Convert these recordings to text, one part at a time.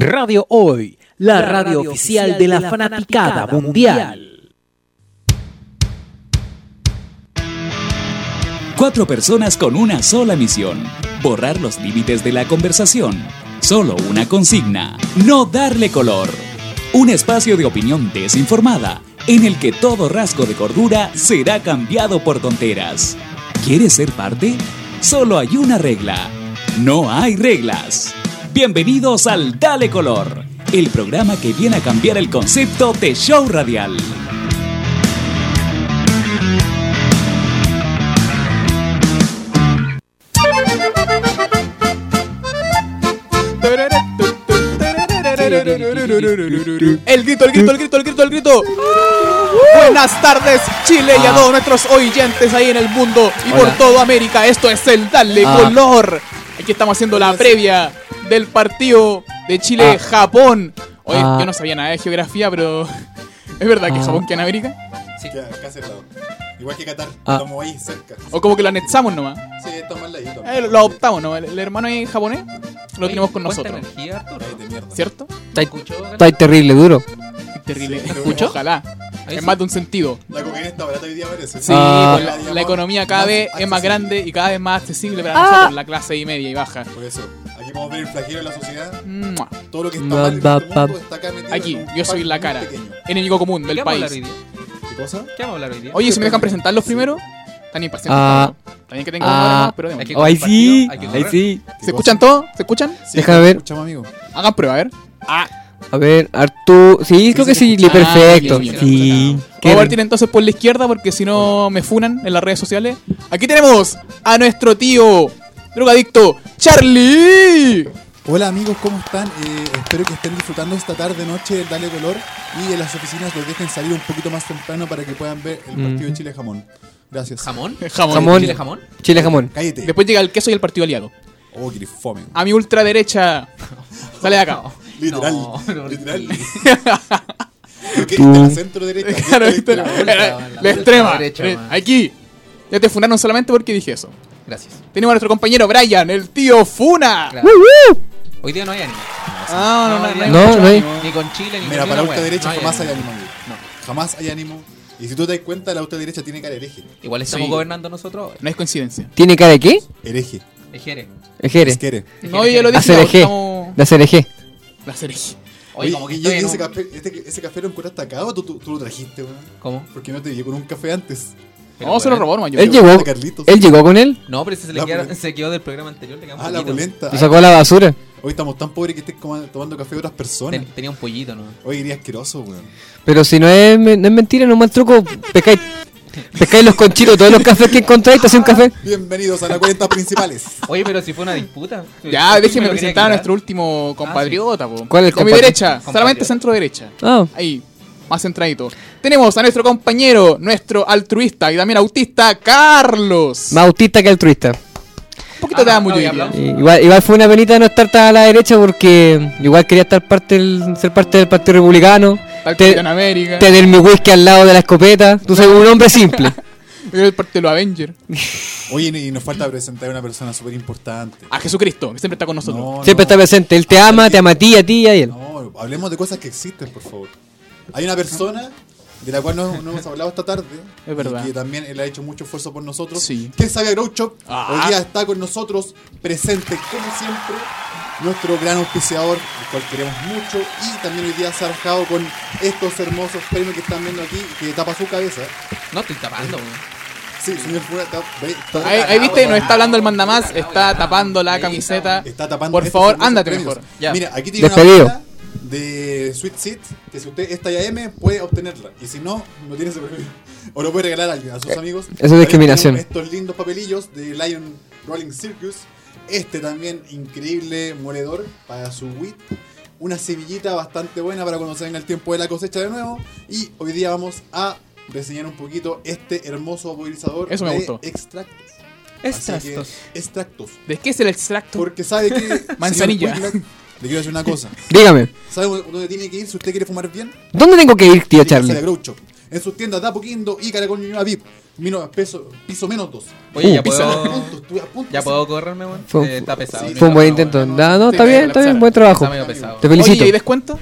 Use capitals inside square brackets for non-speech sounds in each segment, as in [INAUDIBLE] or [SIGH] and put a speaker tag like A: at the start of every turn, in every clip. A: Radio Hoy, la, radio, oficial, de la, fanaticada, mundial.
B: Cuatro personas con una sola misión. Borrar los límites de la conversación. Solo una consigna. No darle color. Un espacio de opinión desinformada en el que todo rasgo de cordura será cambiado por tonteras. ¿Quieres ser parte? Solo hay una regla. No hay reglas. Bienvenidos al Dale Color, el programa que viene a cambiar el concepto de show radial.
C: El grito, el grito, el grito, el grito, el grito. Buenas tardes, Chile y a todos nuestros oyentes ahí en el mundo y por
D: Ah. Hola.
C: toda América. Esto es el Dale
D: Ah.
C: Color. Aquí estamos haciendo la previa del partido de Chile-Japón. Oye,
D: Ah.
C: yo no sabía nada de geografía, pero [LAUGHS] ¿es verdad que
D: Ah.
C: Japón queda en América?
E: Queda casi al lado. Igual que Qatar,
D: Ah.
E: estamos ahí cerca.
C: ¿O como que lo anexamos nomás?
E: Sí, estamos al ladito.
C: Eh, lo adoptamos, ¿no? El, el hermano ahí japonés lo tenemos con
D: ¿Cuánta
C: nosotros,
D: energía, Arturo?
E: Ay, de mierda.
C: ¿cierto?
D: ¿Escuchó?
F: Está ahí terrible duro.
C: Terrible.
E: Sí, pero
C: ¿Escuchó?
E: ¿Escuchó?
C: Ojalá.
D: Ahí
C: En
D: sí.
C: más de un sentido.
E: La cocaína está barata hoy día parece.
C: Sí,
F: Ah.
C: pues la, la economía cada vez es más grande y cada vez más accesible para nosotros, la clase y media y baja.
E: Por eso, aquí podemos ver el flagelo de la sociedad.
C: Mua.
E: Todo lo que está
F: Ba,
E: mal en
F: ba,
E: este mundo
F: ba.
E: está acá metido
C: Aquí,
E: en un
C: yo soy
E: pack
C: la
E: muy
C: cara.
E: pequeño.
C: Enemigo común
D: ¿Qué
C: del
D: vamos a hablar hoy
C: país.
D: día?
E: ¿Qué cosa?
D: ¿Qué vamos a hablar hoy día?
C: Oye, si me dejan presentar los primero, están impacientes.
F: Ah.
C: por favor. También que tengo
F: Ah.
C: una hora más, pero
D: Hay
C: démosle.
D: que-
F: Oh, ahí sí,
D: Hay que
F: ahí
D: correr.
F: sí.
E: ¿Qué
C: ¿Se
E: cosa?
C: escuchan todos? ¿Se escuchan?
E: Sí,
F: Déjame ver.
E: Escuchamos, amigo.
C: Hagan prueba, a ver. Ah,
F: A ver, Arturo. Sí, creo que sí, le perfecto.
C: bien, bien,
F: Sí.
C: Voy
F: ¿Qué?
C: a partir entonces por la izquierda porque si no me funan en las redes sociales. Aquí tenemos a nuestro tío drogadicto, Charlie.
E: Hola amigos, ¿cómo están? Eh, espero que estén disfrutando esta tarde, noche del Dale Color y en las oficinas los dejen salir un poquito más temprano para que puedan ver el partido de Chile Jamón.
D: [LAUGHS]
E: Gracias.
D: ¿Jamón?
C: Jamón.
F: Jamón.
D: ¿Chile jamón?
F: Chile jamón.
E: Cállate.
C: Después llega el queso y el partido aliado.
E: Oh, que eres fome.
C: A mi ultraderecha. Sale de acá.
E: Literal.
D: No, no,
E: literal.
D: no.
E: Creo que está la
D: [LAUGHS]
C: [LAUGHS]
E: centro derecha.
C: Claro, ¿viste?
D: La
C: La,
D: vuelta, la vuelta
C: extrema.
D: derecha,
C: Eh,
D: man.
C: Aquí. Ya te funaron solamente porque dije eso.
D: Gracias.
C: Tenemos a nuestro compañero Brian, el tío Funa.
D: Claro. Hoy día no hay anime.
C: Ah, no, no,
D: hoy
C: no,
D: día
C: hay
F: no,
C: mucho
F: no hay.
C: ánimo.
D: Ni con Chile, ni
E: Mira,
D: con
E: para la
D: ninguna
E: ultra derecha
D: wea. No
E: jamás hay
D: anime.
E: ánimo. amigo. Jamás hay ánimo. Y si tú te das cuenta, la ultra derecha tiene cara hereje.
D: Igual estamos
C: Sí.
D: gobernando nosotros. eh,
C: No es coincidencia.
F: ¿Tiene cara de qué?
E: Hereje.
D: Ejere.
F: Ejere.
E: Esquere.
C: No, yo ya lo dije.
F: Hacer
C: no,
F: eje.
C: estamos-
F: De hacer eje.
C: La cereje.
D: Oye, como que
E: y
D: estoy en un-
E: ese, café, este- ese café lo encontraste acá o tú, tú- tú lo trajiste, weón?
D: ¿Cómo?
E: ¿Por qué no te llegué con un café antes?
D: Pero,
C: No, se lo
D: weón.
C: robaron, yo
F: Él
C: creo.
F: llegó.
E: de Carlitos.
F: Él llegó con él.
D: No, pero ese se, le
E: La
D: quedaron,
E: polenta.
D: se quedó del programa anterior. Le quedaba
E: Ah,
D: un
E: la
D: pollito.
E: polenta.
F: Lo
E: Ah,
F: sacó a la basura.
E: Hoy estamos tan pobres que estés coma- tomando café de otras personas.
D: Ten- tenía un pollito, ¿no?
E: Hoy iría asqueroso, weón.
F: Pero si no es, me- no es mentira, no es mal truco. Pescáis, pescáis los conchitos, todos los cafés que encontráis, te hacéis un café.
E: Bienvenidos a las 40 principales.
D: Oye, pero si fue una disputa.
C: Ya,
D: Me
C: déjeme
D: lo quería
C: presentar a
D: quitar.
C: nuestro último compatriota, po.
F: ¿Cuál es el
C: A mi
F: compatriota?
C: derecha,
D: Ah, Compatriota.
C: solamente centro derecha.
F: Ah,
C: Ahí, más centradito. Tenemos a nuestro compañero, nuestro altruista y también autista, Carlos.
F: más autista que altruista.
C: Un poquito te da
D: Ah,
C: mucho
D: no, ya
C: diría.
D: hablamos.
F: Eh, Igual, igual fue una penita no estar tan a la derecha porque igual quería estar parte del- ser parte del Partido Republicano.
C: Está el
F: Te-
C: Capitán América.
F: Tener mi whisky al lado de la escopeta. Tú sabes, un hombre
E: [LAUGHS]
F: simple.
C: El parte de los Avengers.
E: Oye, y nos falta presentar a una persona súper importante.
C: A Jesucristo, que siempre está con nosotros.
E: No,
F: Siempre
E: no.
F: está presente. Él te ama, te ama a ti, a ti y a él.
E: No, hablemos de cosas que existen, por favor. Hay una persona de la cual no, no hemos hablado esta tarde.
C: Es verdad.
E: Y que también él ha hecho mucho esfuerzo por nosotros.
C: Sí.
E: Que es Sabia Groucho.
C: Ah.
E: Hoy día está con nosotros, presente como siempre. Nuestro gran auspiciador, al cual queremos mucho. Y también hoy día se ha bajado con estos hermosos premios que están viendo aquí, que tapa su cabeza.
D: No, estoy tapando, weón.
E: Sí, señor Fura, está, ve- está-
C: Ahí, ahí viste, nos está hablando el mandamás, está tapando la camiseta.
E: Está tapando.
C: Por
E: estos
C: favor,
E: hermosos
C: ándate
E: premios.
C: mejor.
D: Ya.
E: Mira, aquí tiene
F: Despedido.
E: una bolsa de Sweet Seat que si usted es talla M puede obtenerla. Y si no, no tiene ese premio. [LAUGHS] O lo puede regalar a alguien, a sus amigos.
F: eso Eh, es discriminación.
E: También tenemos Estos lindos papelillos de Lion Rolling Circus. Este también increíble moledor para su wheat. Una semillita bastante buena para cuando se venga el tiempo de la cosecha de nuevo. Y hoy día vamos a reseñar un poquito este hermoso vaporizador
C: Eso me
E: de
C: gustó.
E: extractos. Así que,
D: Extractos.
E: Extractos.
C: ¿De qué es el extracto?
E: Porque
F: [LAUGHS]
E: sabe que. señor
C: Manzanilla.
E: Whitlock, le quiero decir una cosa.
F: Dígame,
E: ¿Sabe dónde tiene que ir si usted quiere fumar bien?
F: ¿dónde tengo que ir, tío
E: Tiene que ser a
F: Charlie?
E: Groucho. En sus tiendas de Apoquindo y Caracol Ñuñoa VIP. Mino, peso, piso menos 2.
D: Oye,
F: Uh,
D: ya
C: pisa.
D: puedo.
E: Punto, estuve a punto
D: Ya
E: de-
D: puedo correrme, weón.
F: Fue un-
D: Eh, está pesado.
E: sí,
F: Fue un buen intento. Ah,
D: weón.
F: No, no,
E: Sí,
F: está bien, está bien, buen trabajo.
D: Está medio pesado.
F: Te
C: Oye,
F: felicito.
C: ¿y descuento?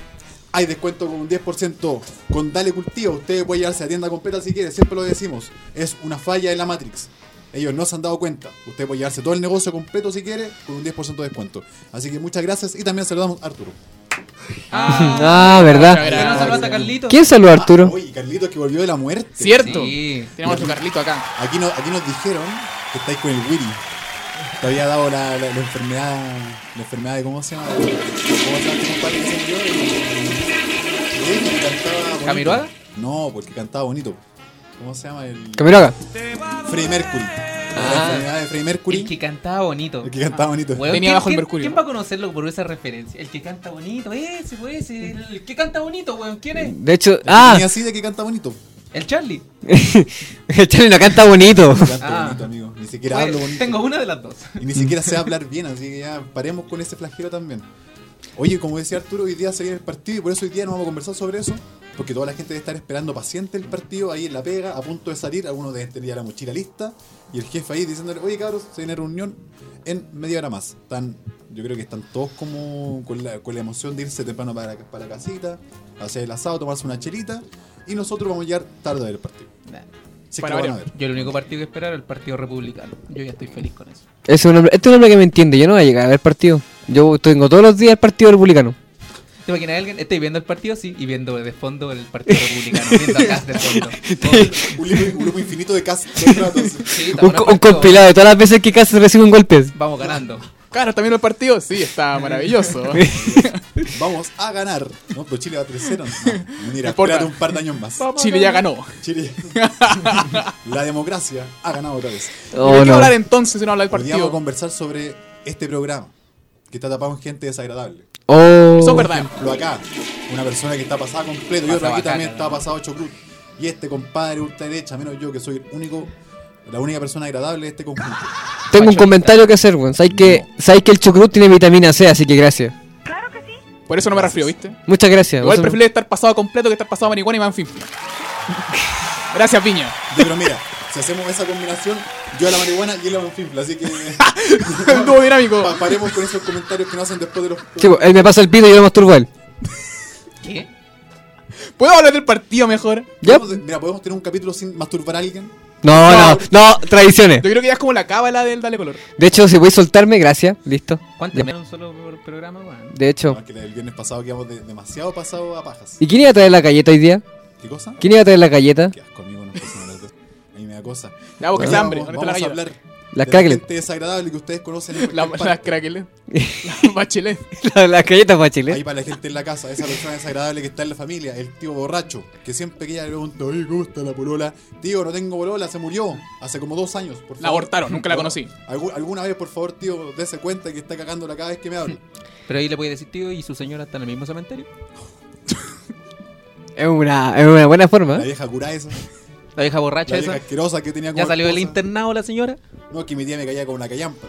E: Hay descuento con un 10% con Dale Cultivo. Usted puede llevarse la tienda completa si quiere, siempre lo decimos. Es una falla de la Matrix. Ellos no se han dado cuenta. Usted puede llevarse todo el negocio completo si quiere con un 10% de descuento. Así que muchas gracias y también saludamos a Arturo.
F: [LAUGHS]
D: Ah,
F: Ah,
D: pero
F: ¿verdad?
D: no saludaste a Carlito.
F: ¿Quién saludó a Arturo?
E: Ah, oye, Carlitos que volvió de la muerte.
C: Cierto.
D: Sí.
C: Tenemos a su Carlito acá.
E: Aquí, no, aquí nos dijeron que estáis con el Willy. Te había dado la, la- la enfermedad. La enfermedad de cómo se llama. ¿Cómo se llama este compadre que se murió? El- el que cantaba bonito.
D: ¿Camiroaga?
E: No, porque cantaba bonito. ¿Cómo se llama el.
F: Camiroaga.
E: Freddie Mercury. La enfermedad de Freddie Mercury.
D: Ah. El que cantaba bonito.
E: El que cantaba bonito.
D: Weón,
C: Venía
D: ¿quién-
C: bajo el
D: quién-
C: mercurio.
D: ¿Quién va a conocerlo por esa referencia? El que canta bonito, ese, pues, ese. El, el que canta bonito, weón. ¿Quién es?
F: De hecho, ah,
E: Ni así de que canta bonito.
D: El Charlie.
F: [LAUGHS] el Charlie no canta bonito. [LAUGHS]
E: Canta
D: Ah.
E: bonito, amigo. Ni siquiera
D: Weón,
E: hablo bonito.
D: Tengo una de las dos.
E: Y ni siquiera sé hablar bien, así que ya paremos con ese flagelo también. Oye, como decía Arturo, hoy día se viene el partido y por eso hoy día no vamos a conversar sobre eso. Porque toda la gente debe estar esperando paciente el partido ahí en la pega, a punto de salir. Algunos deben tener ya la mochila lista. Y el jefe ahí diciéndole, oye cabros, se viene reunión en media hora más. Están, yo creo que están todos como con la, con la emoción de irse temprano para, para la casita, hacer el asado, tomarse una chelita. Y nosotros vamos a llegar tarde a ver el partido.
D: Nah.
E: Si es que
C: Para
E: lo van a
C: variar.
E: ver.
D: Yo el único partido que esperaba era el partido republicano. Yo ya estoy feliz con eso.
F: Es un hombre, este es un hombre que me entiende, yo no voy a llegar a ver partido. Yo tengo todos los días el partido republicano.
D: ¿Te imaginas a alguien? Estoy viendo el partido, sí, y viendo de fondo el
F: [LAUGHS]
D: partido republicano. Viendo acá de fondo.
E: Un libro, un grupo infinito de cast
C: [LAUGHS]
E: todo el rato, así.
D: Sí, está
F: Un,
D: bueno
F: co- un
D: partido.
F: compilado de todas las veces que Casas recibe un golpe.
D: Vamos ganando.
C: Claro, también los partidos. Sí, está maravilloso.
F: [LAUGHS]
E: Vamos a ganar. No, pero Chile va 3-0.
C: [LAUGHS]
E: No,
C: No
E: mira,
C: importa.
E: espérate un par de años más.
C: Chile ya ganó. [LAUGHS]
E: Chile. La democracia ha ganado otra vez.
C: ¿Y de
F: Oh,
C: qué
F: no.
C: hablar entonces si no habla del
E: Hoy día vamos a
C: partido?
E: conversar sobre este programa que está tapado en gente desagradable.
F: Oh.
C: Son verdad.
E: Lo acá, una persona que está pasada completo y
D: Pasa
E: otra aquí
D: bacana,
E: también está
D: ¿no?
E: pasado ocho cruz. Y este compadre ultraderecha, menos yo que soy el único, la única persona agradable de este conjunto.
C: [LAUGHS]
F: Tengo un comentario que hacer, weón. Sabéis que, sabéis que el chucrut tiene vitamina C, así que gracias.
C: Por eso no me refiero, ¿viste?
F: Muchas gracias.
C: Igual
F: Vos-
C: prefiero estar pasado completo que estar pasado marihuana y manfinfla. Gracias, Viña.
E: Ya, Pero mira, si hacemos esa combinación, yo a la marihuana y él a manfinfla, así
C: [LAUGHS] [LAUGHS]
E: que [LAUGHS]
C: Estuvo dinámico.
E: pa- paremos con esos comentarios que nos hacen después de los...
F: Sí, pues, él me pasa el pito y yo lo masturbo a él.
D: ¿Qué?
C: ¿Puedo hablar del partido mejor?
F: ¿Ya?
E: Podemos- Mira, podemos tener un capítulo sin masturbar a alguien.
F: No, no, no, tradiciones.
C: Yo creo que ya es como la cábala del Dale Color.
F: De hecho, si voy a soltarme, gracias. Listo.
D: ¿Cuánto
F: Ya.
D: me un solo por programa, weón?
F: De hecho.
E: No, es que el viernes pasado quedamos de- demasiado pasado a pajas.
F: ¿Y quién iba a traer la galleta hoy día?
E: ¿Qué cosa?
F: ¿Quién iba a traer la galleta?
E: Qué asco, amigo, no empiecen a hablar de eso. A mí me da cosa.
C: Ya, porque
E: Pero
C: es hambre.
E: Vamos,
C: ahorita la
E: vamos
C: galleta.
E: a hablar
F: Las
E: de
F: crackles.
E: gente desagradable que ustedes
C: [LAUGHS]
E: conocen. en
C: La,
E: cualquier
C: las
F: [LAUGHS]
E: parte.
C: craqueles. Las bachelet.
F: [LAUGHS] La- Las galletas para
E: Ahí
F: Chile.
E: para la gente en la casa, esa persona desagradable que está en la familia, el tío borracho, que siempre que ella le pregunta, oye, ¿cómo está la polola? Tío, no tengo polola, se murió hace como dos años, por favor.
C: La abortaron, nunca la conocí.
E: Algu- alguna vez, por favor, tío, dése cuenta que está cagándola cada vez que me habla.
D: Pero ahí le voy a decir, tío, y su señora está en el mismo cementerio.
F: Es una, es una buena
E: La
F: forma. ¿eh?
E: vieja cura esa,
D: La vieja borracha
E: la vieja
D: esa.
E: asquerosa que tenía como
D: Ya salió del
E: esposa.
D: internado la señora.
E: No, que mi tía me caía con una callampa.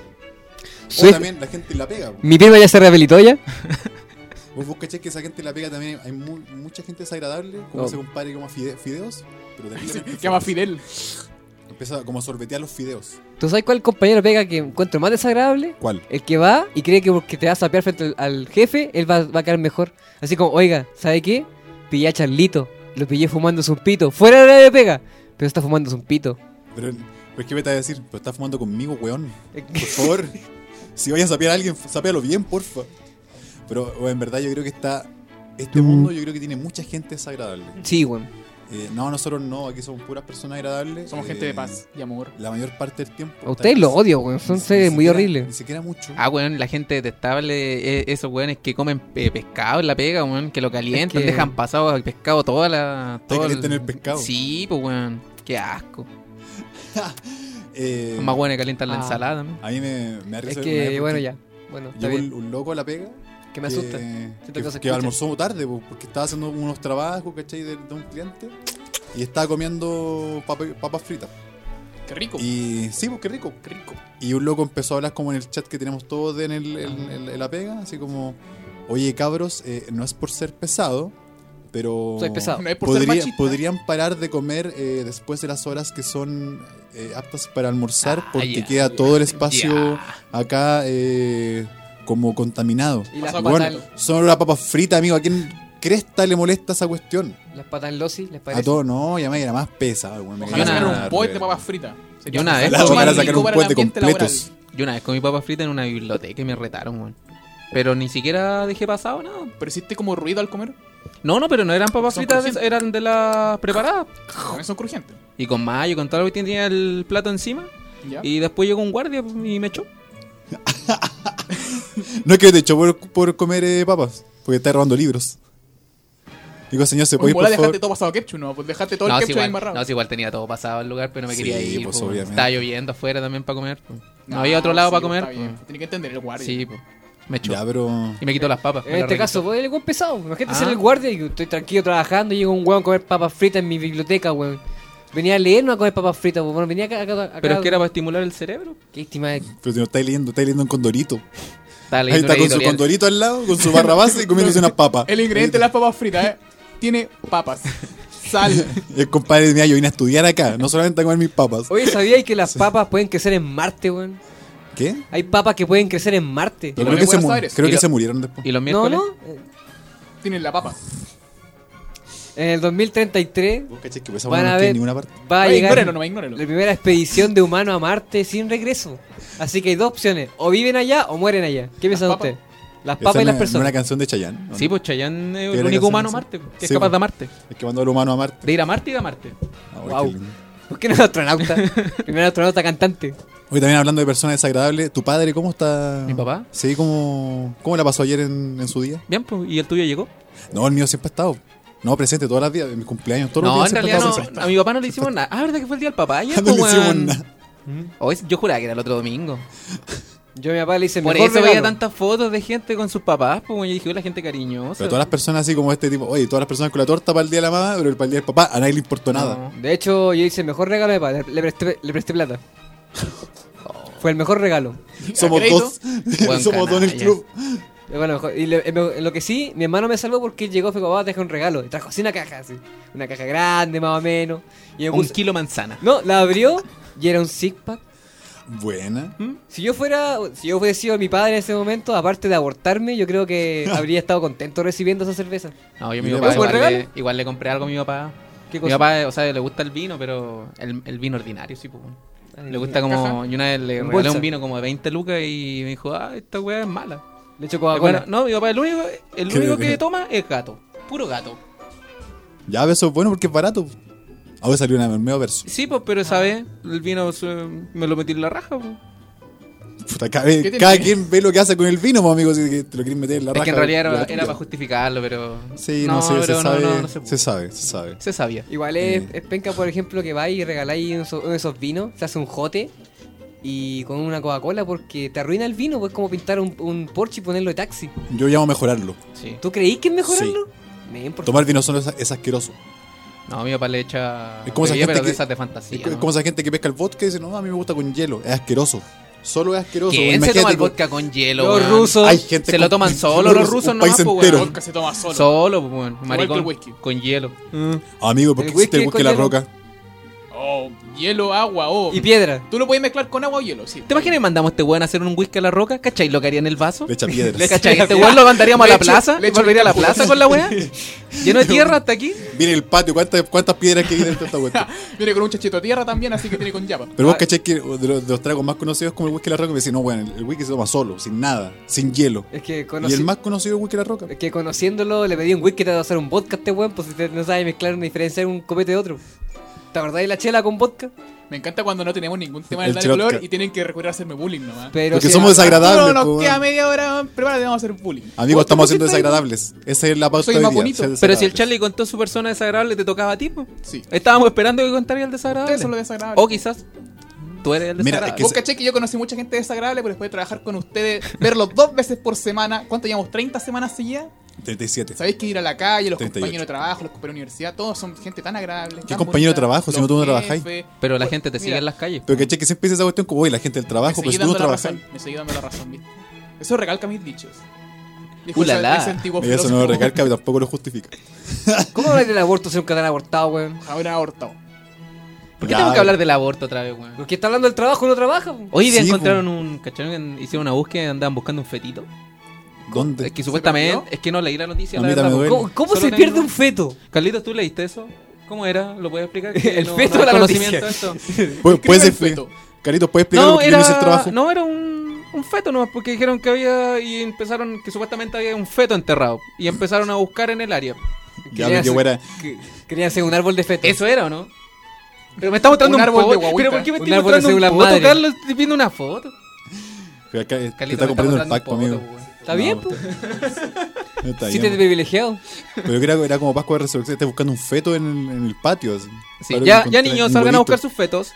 F: Sí.
E: O oh, también la gente en la pega.
F: Mi prima ya se rehabilitó ya.
E: Vos, vos cachés que esa gente en la pega también hay mu- mucha gente desagradable, como
F: No.
E: ese compadre que ama fide- fideos, pero terriblemente
C: Se llama
E: feo.
C: Fidel.
E: Empieza como a sorbetear los fideos.
F: ¿Tú sabes cuál compañero pega que encuentro más desagradable?
E: ¿Cuál?
F: El que va y cree que porque te vas a sapear frente al, al jefe, él va, va a caer mejor. Así como, oiga, ¿sabe qué? Pillé a Charlito, lo pillé fumando un pito. Fuera de la de pega, pero está fumando un pito.
E: Pero, pero es que me te a decir, pero estás fumando conmigo, weón. Por favor, si vayas a sapear a alguien, sapealo bien, porfa. Pero o en verdad yo creo que está. Este mundo yo creo que tiene mucha gente desagradable.
F: Sí, weón.
E: Eh, no, nosotros no, aquí somos puras personas agradables.
C: Somos
E: eh,
C: gente de paz y amor.
E: La mayor parte del tiempo.
F: A ustedes lo odio, weón. Son
E: Ni- ni
F: seres muy
E: siquiera-
F: horribles.
E: Ni siquiera mucho.
D: Ah, weón, la gente detestable, eh, esos weones que comen eh, pescado en la pega, weón, que lo calientan,
F: que-
D: dejan pasado el pescado toda la.
E: Te
D: todo
E: calientan el pescado.
D: Sí, pues weón, qué asco.
E: Eh,
D: Más weones calientan la
F: Ah.
D: ensalada, ¿no?
E: A mí me, me da
F: Es
E: risa
F: que,
E: una
F: bueno,
E: vez
F: ya. Bueno,
E: porque
F: está
E: Llegó
F: bien.
E: un, un loco a la pega.
F: Que me asusta.
E: Que,
F: que se
E: que
F: escucha.
E: almorzó tarde po, porque estaba haciendo unos trabajos, ¿cachai? De, de un cliente. Y estaba comiendo papa- papas fritas.
C: Qué rico.
E: Y sí, pues qué rico, qué rico. Y un loco empezó a hablar como en el chat que tenemos todos de en,
C: Ah.
E: el, en- en- en la pega, así como, oye cabros, eh, no es por ser pesado, Pero
F: Soy pesado.
C: No es por ser
E: podría-
C: machista.
E: podrían parar de comer eh, después de las horas que son eh, aptas para almorzar
G: Ah,
E: porque
G: ya,
E: queda
G: ya,
E: todo el espacio
G: ya.
E: acá eh, como contaminado.
F: Y las
C: Pasó
F: patas,
C: con
E: Bueno, son las papas fritas, amigo. ¿A quién cresta le molesta esa cuestión?
F: las patas losi, ¿les
E: A
F: parece?
E: todos, no, y además era más pesado.
C: Ojalá
G: Yo
C: sacaran
G: nada,
C: un poet de
E: [LAUGHS]
C: papas fritas.
G: Yo nada,
E: Ojalá,
G: esto
E: ojalá
G: más
E: sacar
G: rico
E: un
C: para el
E: puente de
C: ambiente laboral.
E: completos.
G: Yo una vez comí papas fritas en una biblioteca y me retaron, weón. Pero ni siquiera dejé pasado nada.
C: Pero hiciste como ruido al comer.
G: No, no, pero no eran papas
C: Son
G: fritas,
C: crujientes.
G: eran de las preparadas.
C: También son crujientes.
G: Y con mayo, con todo lo que tenía el plato encima.
C: ¿Ya?
G: Y después llegó un guardia y me echó.
E: No es que te echó por, por comer eh, papas, porque está robando libros. Digo, señor, ¿se
C: Pues
E: puede ir, por
C: mola, dejaste
E: favor?
C: todo pasado ketchup, ¿no? Pues dejaste todo
G: no,
C: el
G: si
C: ketchup
G: igual,
C: ahí embarrado.
G: no, si igual tenía todo pasado el lugar, pero no me
E: Sí,
G: quería ir.
E: pues,
G: po.
E: obviamente.
G: Estaba lloviendo afuera también para comer. po. No,
C: Ah,
G: había otro lado
C: sí,
G: para
C: está
G: comer.
C: bien.
G: po.
C: Tiene que entender el guardia.
G: Sí, po. me echó.
E: Ya, pero...
G: Y me quitó las papas. me
F: En
G: las
F: este
G: regresó.
F: caso, el weón pesado. Imagínate
G: Ah.
F: ser el guardia y estoy tranquilo trabajando y llega un weón a comer papas fritas en mi biblioteca, weón. Venía a leer, no a comer papas fritas, weón. Bueno, venía acá, acá, acá-
G: Pero es que era para estimular el cerebro.
F: Qué estima de-
E: Pero si no estáis leyendo, estáis leyendo un condorito.
G: Estaba
E: Ahí
G: leyendo
E: está
G: una
E: con su
G: editorial.
E: condorito al lado, con su barra base y comiéndose unas
C: [LAUGHS]
E: papas.
C: El ingrediente de las papas fritas, ¿eh? Tiene
G: [LAUGHS]
C: papas, sal.
E: [LAUGHS] El compadre mío, yo vine a estudiar acá, no solamente a comer mis papas.
F: Oye, ¿sabías que las papas pueden crecer en Marte, weón?
E: ¿Qué?
F: Hay papas que pueden crecer en Marte.
E: Yo
C: lo de
E: creo que, se,
C: Buenos
E: mu-
C: Aires.
E: creo
G: Y
E: que
G: lo-
E: se murieron después.
G: Y los
F: No,
G: miércoles.
F: no.
C: Tienen la papa.
F: En el 2033
E: Vos cachai que esa
F: Van
E: hueá
F: a
E: no tiene
F: ver-
E: ninguna parte.
F: va a
C: Oye,
F: llegar
C: ignórelo, no, ignórelo.
F: la primera expedición de humano a Marte sin regreso. Así que hay dos opciones. O viven allá o mueren allá. ¿Qué piensan
C: papas?
F: ustedes? Las
E: Esa
F: papas y
E: no
F: las
E: es- no es
F: personas.
E: una canción de Chayanne. ¿o
G: Sí,
E: no?
G: pues Chayanne es
E: Tiene
G: el
E: que
G: único
E: hacer
G: humano
E: eso.
G: Marte, que es
E: Sí,
G: capaz
E: pues.
G: de amarte.
E: Es que mandó al humano a Marte.
G: De ir a Marte y de amarte.
E: Ah,
F: Wow.
E: qué lindo.
F: ¿Por qué no es astronauta? Primero astronauta cantante.
E: Hoy también hablando de personas desagradables, ¿tu padre cómo está?
G: ¿Mi papá?
E: Sí, ¿cómo, cómo la pasó ayer en, en su día?
G: Bien, pues, ¿y el tuyo llegó?
E: No, el mío siempre ha estado. No, presente todas las días, en mis cumpleaños, todos
G: No,
E: los días.
G: en
E: siempre
G: realidad
E: ha
G: no.
E: estado presente.
G: A mi papá no le hicimos nada. Ah, ¿verdad que fue el día del papá ayer?
E: [LAUGHS] No le
G: pues,
E: hicimos
G: weón?
E: nada.
G: Oh, es- yo juraba que era el otro domingo.
F: Yo a mi papá le hice
G: Por
F: mejor
G: eso veía
F: regalo.
G: tantas fotos de gente con sus papás, pues, weón, yo dije, "Uy, la gente cariñosa.
E: Pero todas las personas así como este tipo, oye, todas las personas con la torta para el día de la mamá, pero para el día del papá, a nadie le importó nada.
G: [LAUGHS] No.
F: De hecho, yo hice el mejor regalo de mi papá. Le, le presté, le presté plata. Fue el mejor regalo.
E: Somos
C: ¿Acredito?
E: dos. [LAUGHS]
G: Buen
E: Somos dos en el
G: canalla.
E: club.
F: Eh, Bueno, mejor- y le- me- en lo que sí, mi hermano me salvó porque él llegó, fue como, papá, te dejé un regalo. Y trajo así una caja, así. Una caja grande, más o menos. Y me
G: Un
F: puso-
G: kilo manzana.
F: No, la abrió y era un six pack.
E: Buena.
F: Si yo fuera, si yo hubiese sido mi padre en ese momento, aparte de abortarme, yo creo que
G: [LAUGHS]
F: habría estado contento recibiendo esa cerveza.
G: No, yo a mi
E: ¿Y le
G: papá
E: pasó
G: igual
F: el
G: le,
F: regalo?
G: igual le compré algo a mi papá.
F: ¿Qué
G: Mi
F: cosa?
G: papá, o sea, le gusta el vino, pero el, el vino ordinario, sí, pues. weón.
F: Ay,
G: Le gusta como. Yo una vez le
F: En
G: regalé
F: bolsa.
G: un vino como de 20 lucas y me dijo, ah, esta weá es mala.
F: Le echo
G: Eh, bueno,
F: Coca-Cola.
G: no, mi papá, el único, el
E: Qué
G: único
E: bebé.
G: que toma es gato. Puro gato.
E: Ya, eso es bueno porque es barato. Ahora salió una medio verso.
G: Sí, pues, pero
F: Ah.
G: esa vez el vino se- me lo metí en la raja. pues.
E: Puta, cada, vez-
C: ¿Qué te
E: cada
C: pide?
E: quien ve lo que hace con el vino, pues, amigo, si que te lo quieren meter en la
G: Es
E: raja.
G: que en realidad era,
E: la
G: era
E: tuya.
G: para justificarlo, pero.
E: Sí, no, sé, se
G: pero
E: sabe.
G: no, no, no se,
E: se
G: pudo.
E: sabe, se sabe.
G: Se sabía.
F: Igual es,
E: Eh.
F: es penca, por ejemplo, que vais y regaláis uno de esos- uno de esos vinos, se hace un jote y con una Coca-Cola porque te arruina el vino, pues es como pintar un, un Porsche y ponerlo de taxi.
E: Yo llamo a mejorarlo.
G: Sí.
F: ¿Tú creís que es mejorarlo? Men, por
E: Tomar vino solo es, es asqueroso.
G: No, mi papá le echa.
E: Es como esa
G: bebida,
E: gente
G: pero de
E: que-
G: esas de
E: Es
G: fantasía.
E: co- es
G: ¿no?
E: como esa gente que pesca el vodka y dice, no, a mí me gusta con hielo. Es asqueroso. Solo es asqueroso.
G: ¿Quién se
E: Imagínate
G: toma el
E: con-
G: vodka con hielo?
F: Los
G: weón?
F: rusos.
E: Hay gente
G: Se lo
E: con-
G: toman solo los
E: un
G: rusos, no
E: país entero.
C: El vodka se toma solo.
G: Solo, pues, weón,
C: que el
G: maricón.
C: whisky.
G: Con hielo.
E: Amigo, ¿por qué
F: El
E: existe el
F: whisky
E: whisky la
F: con
E: roca?
C: Oh, hielo, agua, oh.
F: Y piedra.
C: Tú lo puedes mezclar con agua o hielo, sí.
G: ¿Te imaginas que mandamos a este weón a hacer un whisky a la roca? ¿Cachai? ¿Lo que haría en el vaso?
E: Le echa
G: Le
E: [LAUGHS] piedras.
G: ¿Cachai? Este weón lo mandaríamos a
C: [LAUGHS] Le
G: la
C: echo-
G: plaza.
C: le
G: Le
C: echo-
G: volvería a la plaza con la weá.
C: [LAUGHS]
G: Lleno de tierra hasta aquí.
E: Mira el patio, ¿cuántas, cuántas piedras que hay dentro de esta cuenta?
C: [LAUGHS] Viene con un chachito de tierra también, así que tiene con yapa.
E: Pero vos cachés que de los, de los tragos más conocidos como el whisky la roca, me decís, no, bueno, el, el whisky se toma solo, sin nada, sin hielo.
F: Es que,
E: Y
F: conoci-
E: el más conocido es whisky la roca.
F: es que conociéndolo le pedí un whisky que te va a hacer un vodka a este weón, pues si te- no sabes mezclar ni diferenciar un copete de otro. ¿Te acordás de la chela con vodka?
C: Me encanta cuando no tenemos ningún tema del
E: El
C: Dale color
E: vodka.
C: y tienen que recurrir a hacerme bullying nomás.
F: Pero
E: Porque
F: si-
E: somos desagradables.
C: Arturo,
E: po,
C: nos queda
E: pues, weón.
C: media hora, prepárate, vamos a hacer bullying.
E: Amigos,
C: Vos
E: estamos
C: te
E: haciendo
C: pusiste ahí.
E: desagradables. Esa es la pauta
C: Soy
E: hoy
C: más
E: día,
C: bonito.
E: ser
G: Pero si el
E: desagradables.
G: Charlie contó su persona desagradable, te tocaba a ti, po.
C: Sí.
G: Estábamos esperando que contara el desagradable.
C: Ustedes son los desagradables.
G: O quizás tú eres el
E: Mira,
G: desagradable.
E: que
C: Vos
E: se-
C: caché que yo conocí mucha gente desagradable, pero después de trabajar con ustedes, verlos dos veces por semana, ¿cuánto llevamos? ¿30 semanas seguidas?
E: 37.
C: Sabéis que ir a la calle, los
E: 38.
C: compañeros de trabajo, los compañeros de universidad, todos son gente tan agradable. tan bonita,
E: compañero de trabajo? Si
C: los
E: no, tú no trabajáis.
C: jefes.
G: Pero la gente te sigue
C: mira,
G: en las calles.
E: Pero caché que siempre dice esa cuestión como, oye, la gente del
C: Me
E: trabajo,
C: seguí
E: pero pues, si tú
C: dando
E: no
C: la
E: trabajas.
C: razón, me seguí dando la razón, ¿viste? Eso recalca mis dichos. Dijo
G: Ulala.
C: esa- ese antiguo
E: Eso no
C: filósofo
E: lo recalca, pero tampoco lo justifica.
F: ¿Cómo hablar del aborto si nunca te han abortado, weón?
C: Habrá abortado.
G: ¿Por qué tengo que hablar del aborto otra vez, weón?
F: Porque está hablando del trabajo, no trabaja. weón.
G: Hoy día
E: Sí,
G: encontraron un. ¿Cacharon? que Hicieron una búsqueda y andaban buscando un fetito. Es
E: ¿Dónde?
G: que supuestamente.
D: perdió?
G: Es que no leí la noticia.
E: A
G: la
E: mí
G: verdad,
E: también me
G: po.
E: duele.
F: ¿Cómo, cómo
G: Solo
F: se pierde
G: tengo-
F: un feto?
G: Carlitos, ¿tú leíste eso? ¿Cómo era? ¿Lo puedes explicar?
E: [LAUGHS]
F: El feto de la
G: conocimiento
F: noticia.
G: de esto.
E: Pu- Puedes
C: el
E: explicar.
C: feto.
E: Carito, ¿puedes explicarlo?
G: Pues, No,
E: porque yo no hice el
G: era,
E: trabajo.
G: no, era un, un feto nomás, porque dijeron que había. Y empezaron. Que supuestamente había un feto enterrado. Y empezaron a buscar en el área.
E: Ya,
F: Quería
E: pero qué
F: hacer-
E: buena.
F: que- Quería hacer un árbol de feto.
G: ¿Eso era o no? Pero me está mostrando
C: Un
G: un,
C: árbol de
G: árbol
C: guagüita.
G: ¿Pero por qué me
F: Un
G: estoy
F: árbol de
G: mostrando un
F: células
G: foto,
F: madre.
G: Carlos? Estoy viendo una foto.
E: Acá eh, te
G: Carlitos,
E: está
G: me
E: cumpliendo el
G: mostrando
E: pacto,
G: un
E: amigo.
G: poto, weón.
F: Está bien,
E: No,
F: po.
G: pues.
E: no está
F: Sí te
E: bien.
F: privilegiado.
E: Pero yo creo que era como Pascua de Resurrección. Estás buscando un feto en el, en el patio. Así,
G: Sí,
E: Para
G: ya,
E: encontrar
G: ya niños,
E: un
G: salgan a
E: huevito.
G: buscar sus fetos.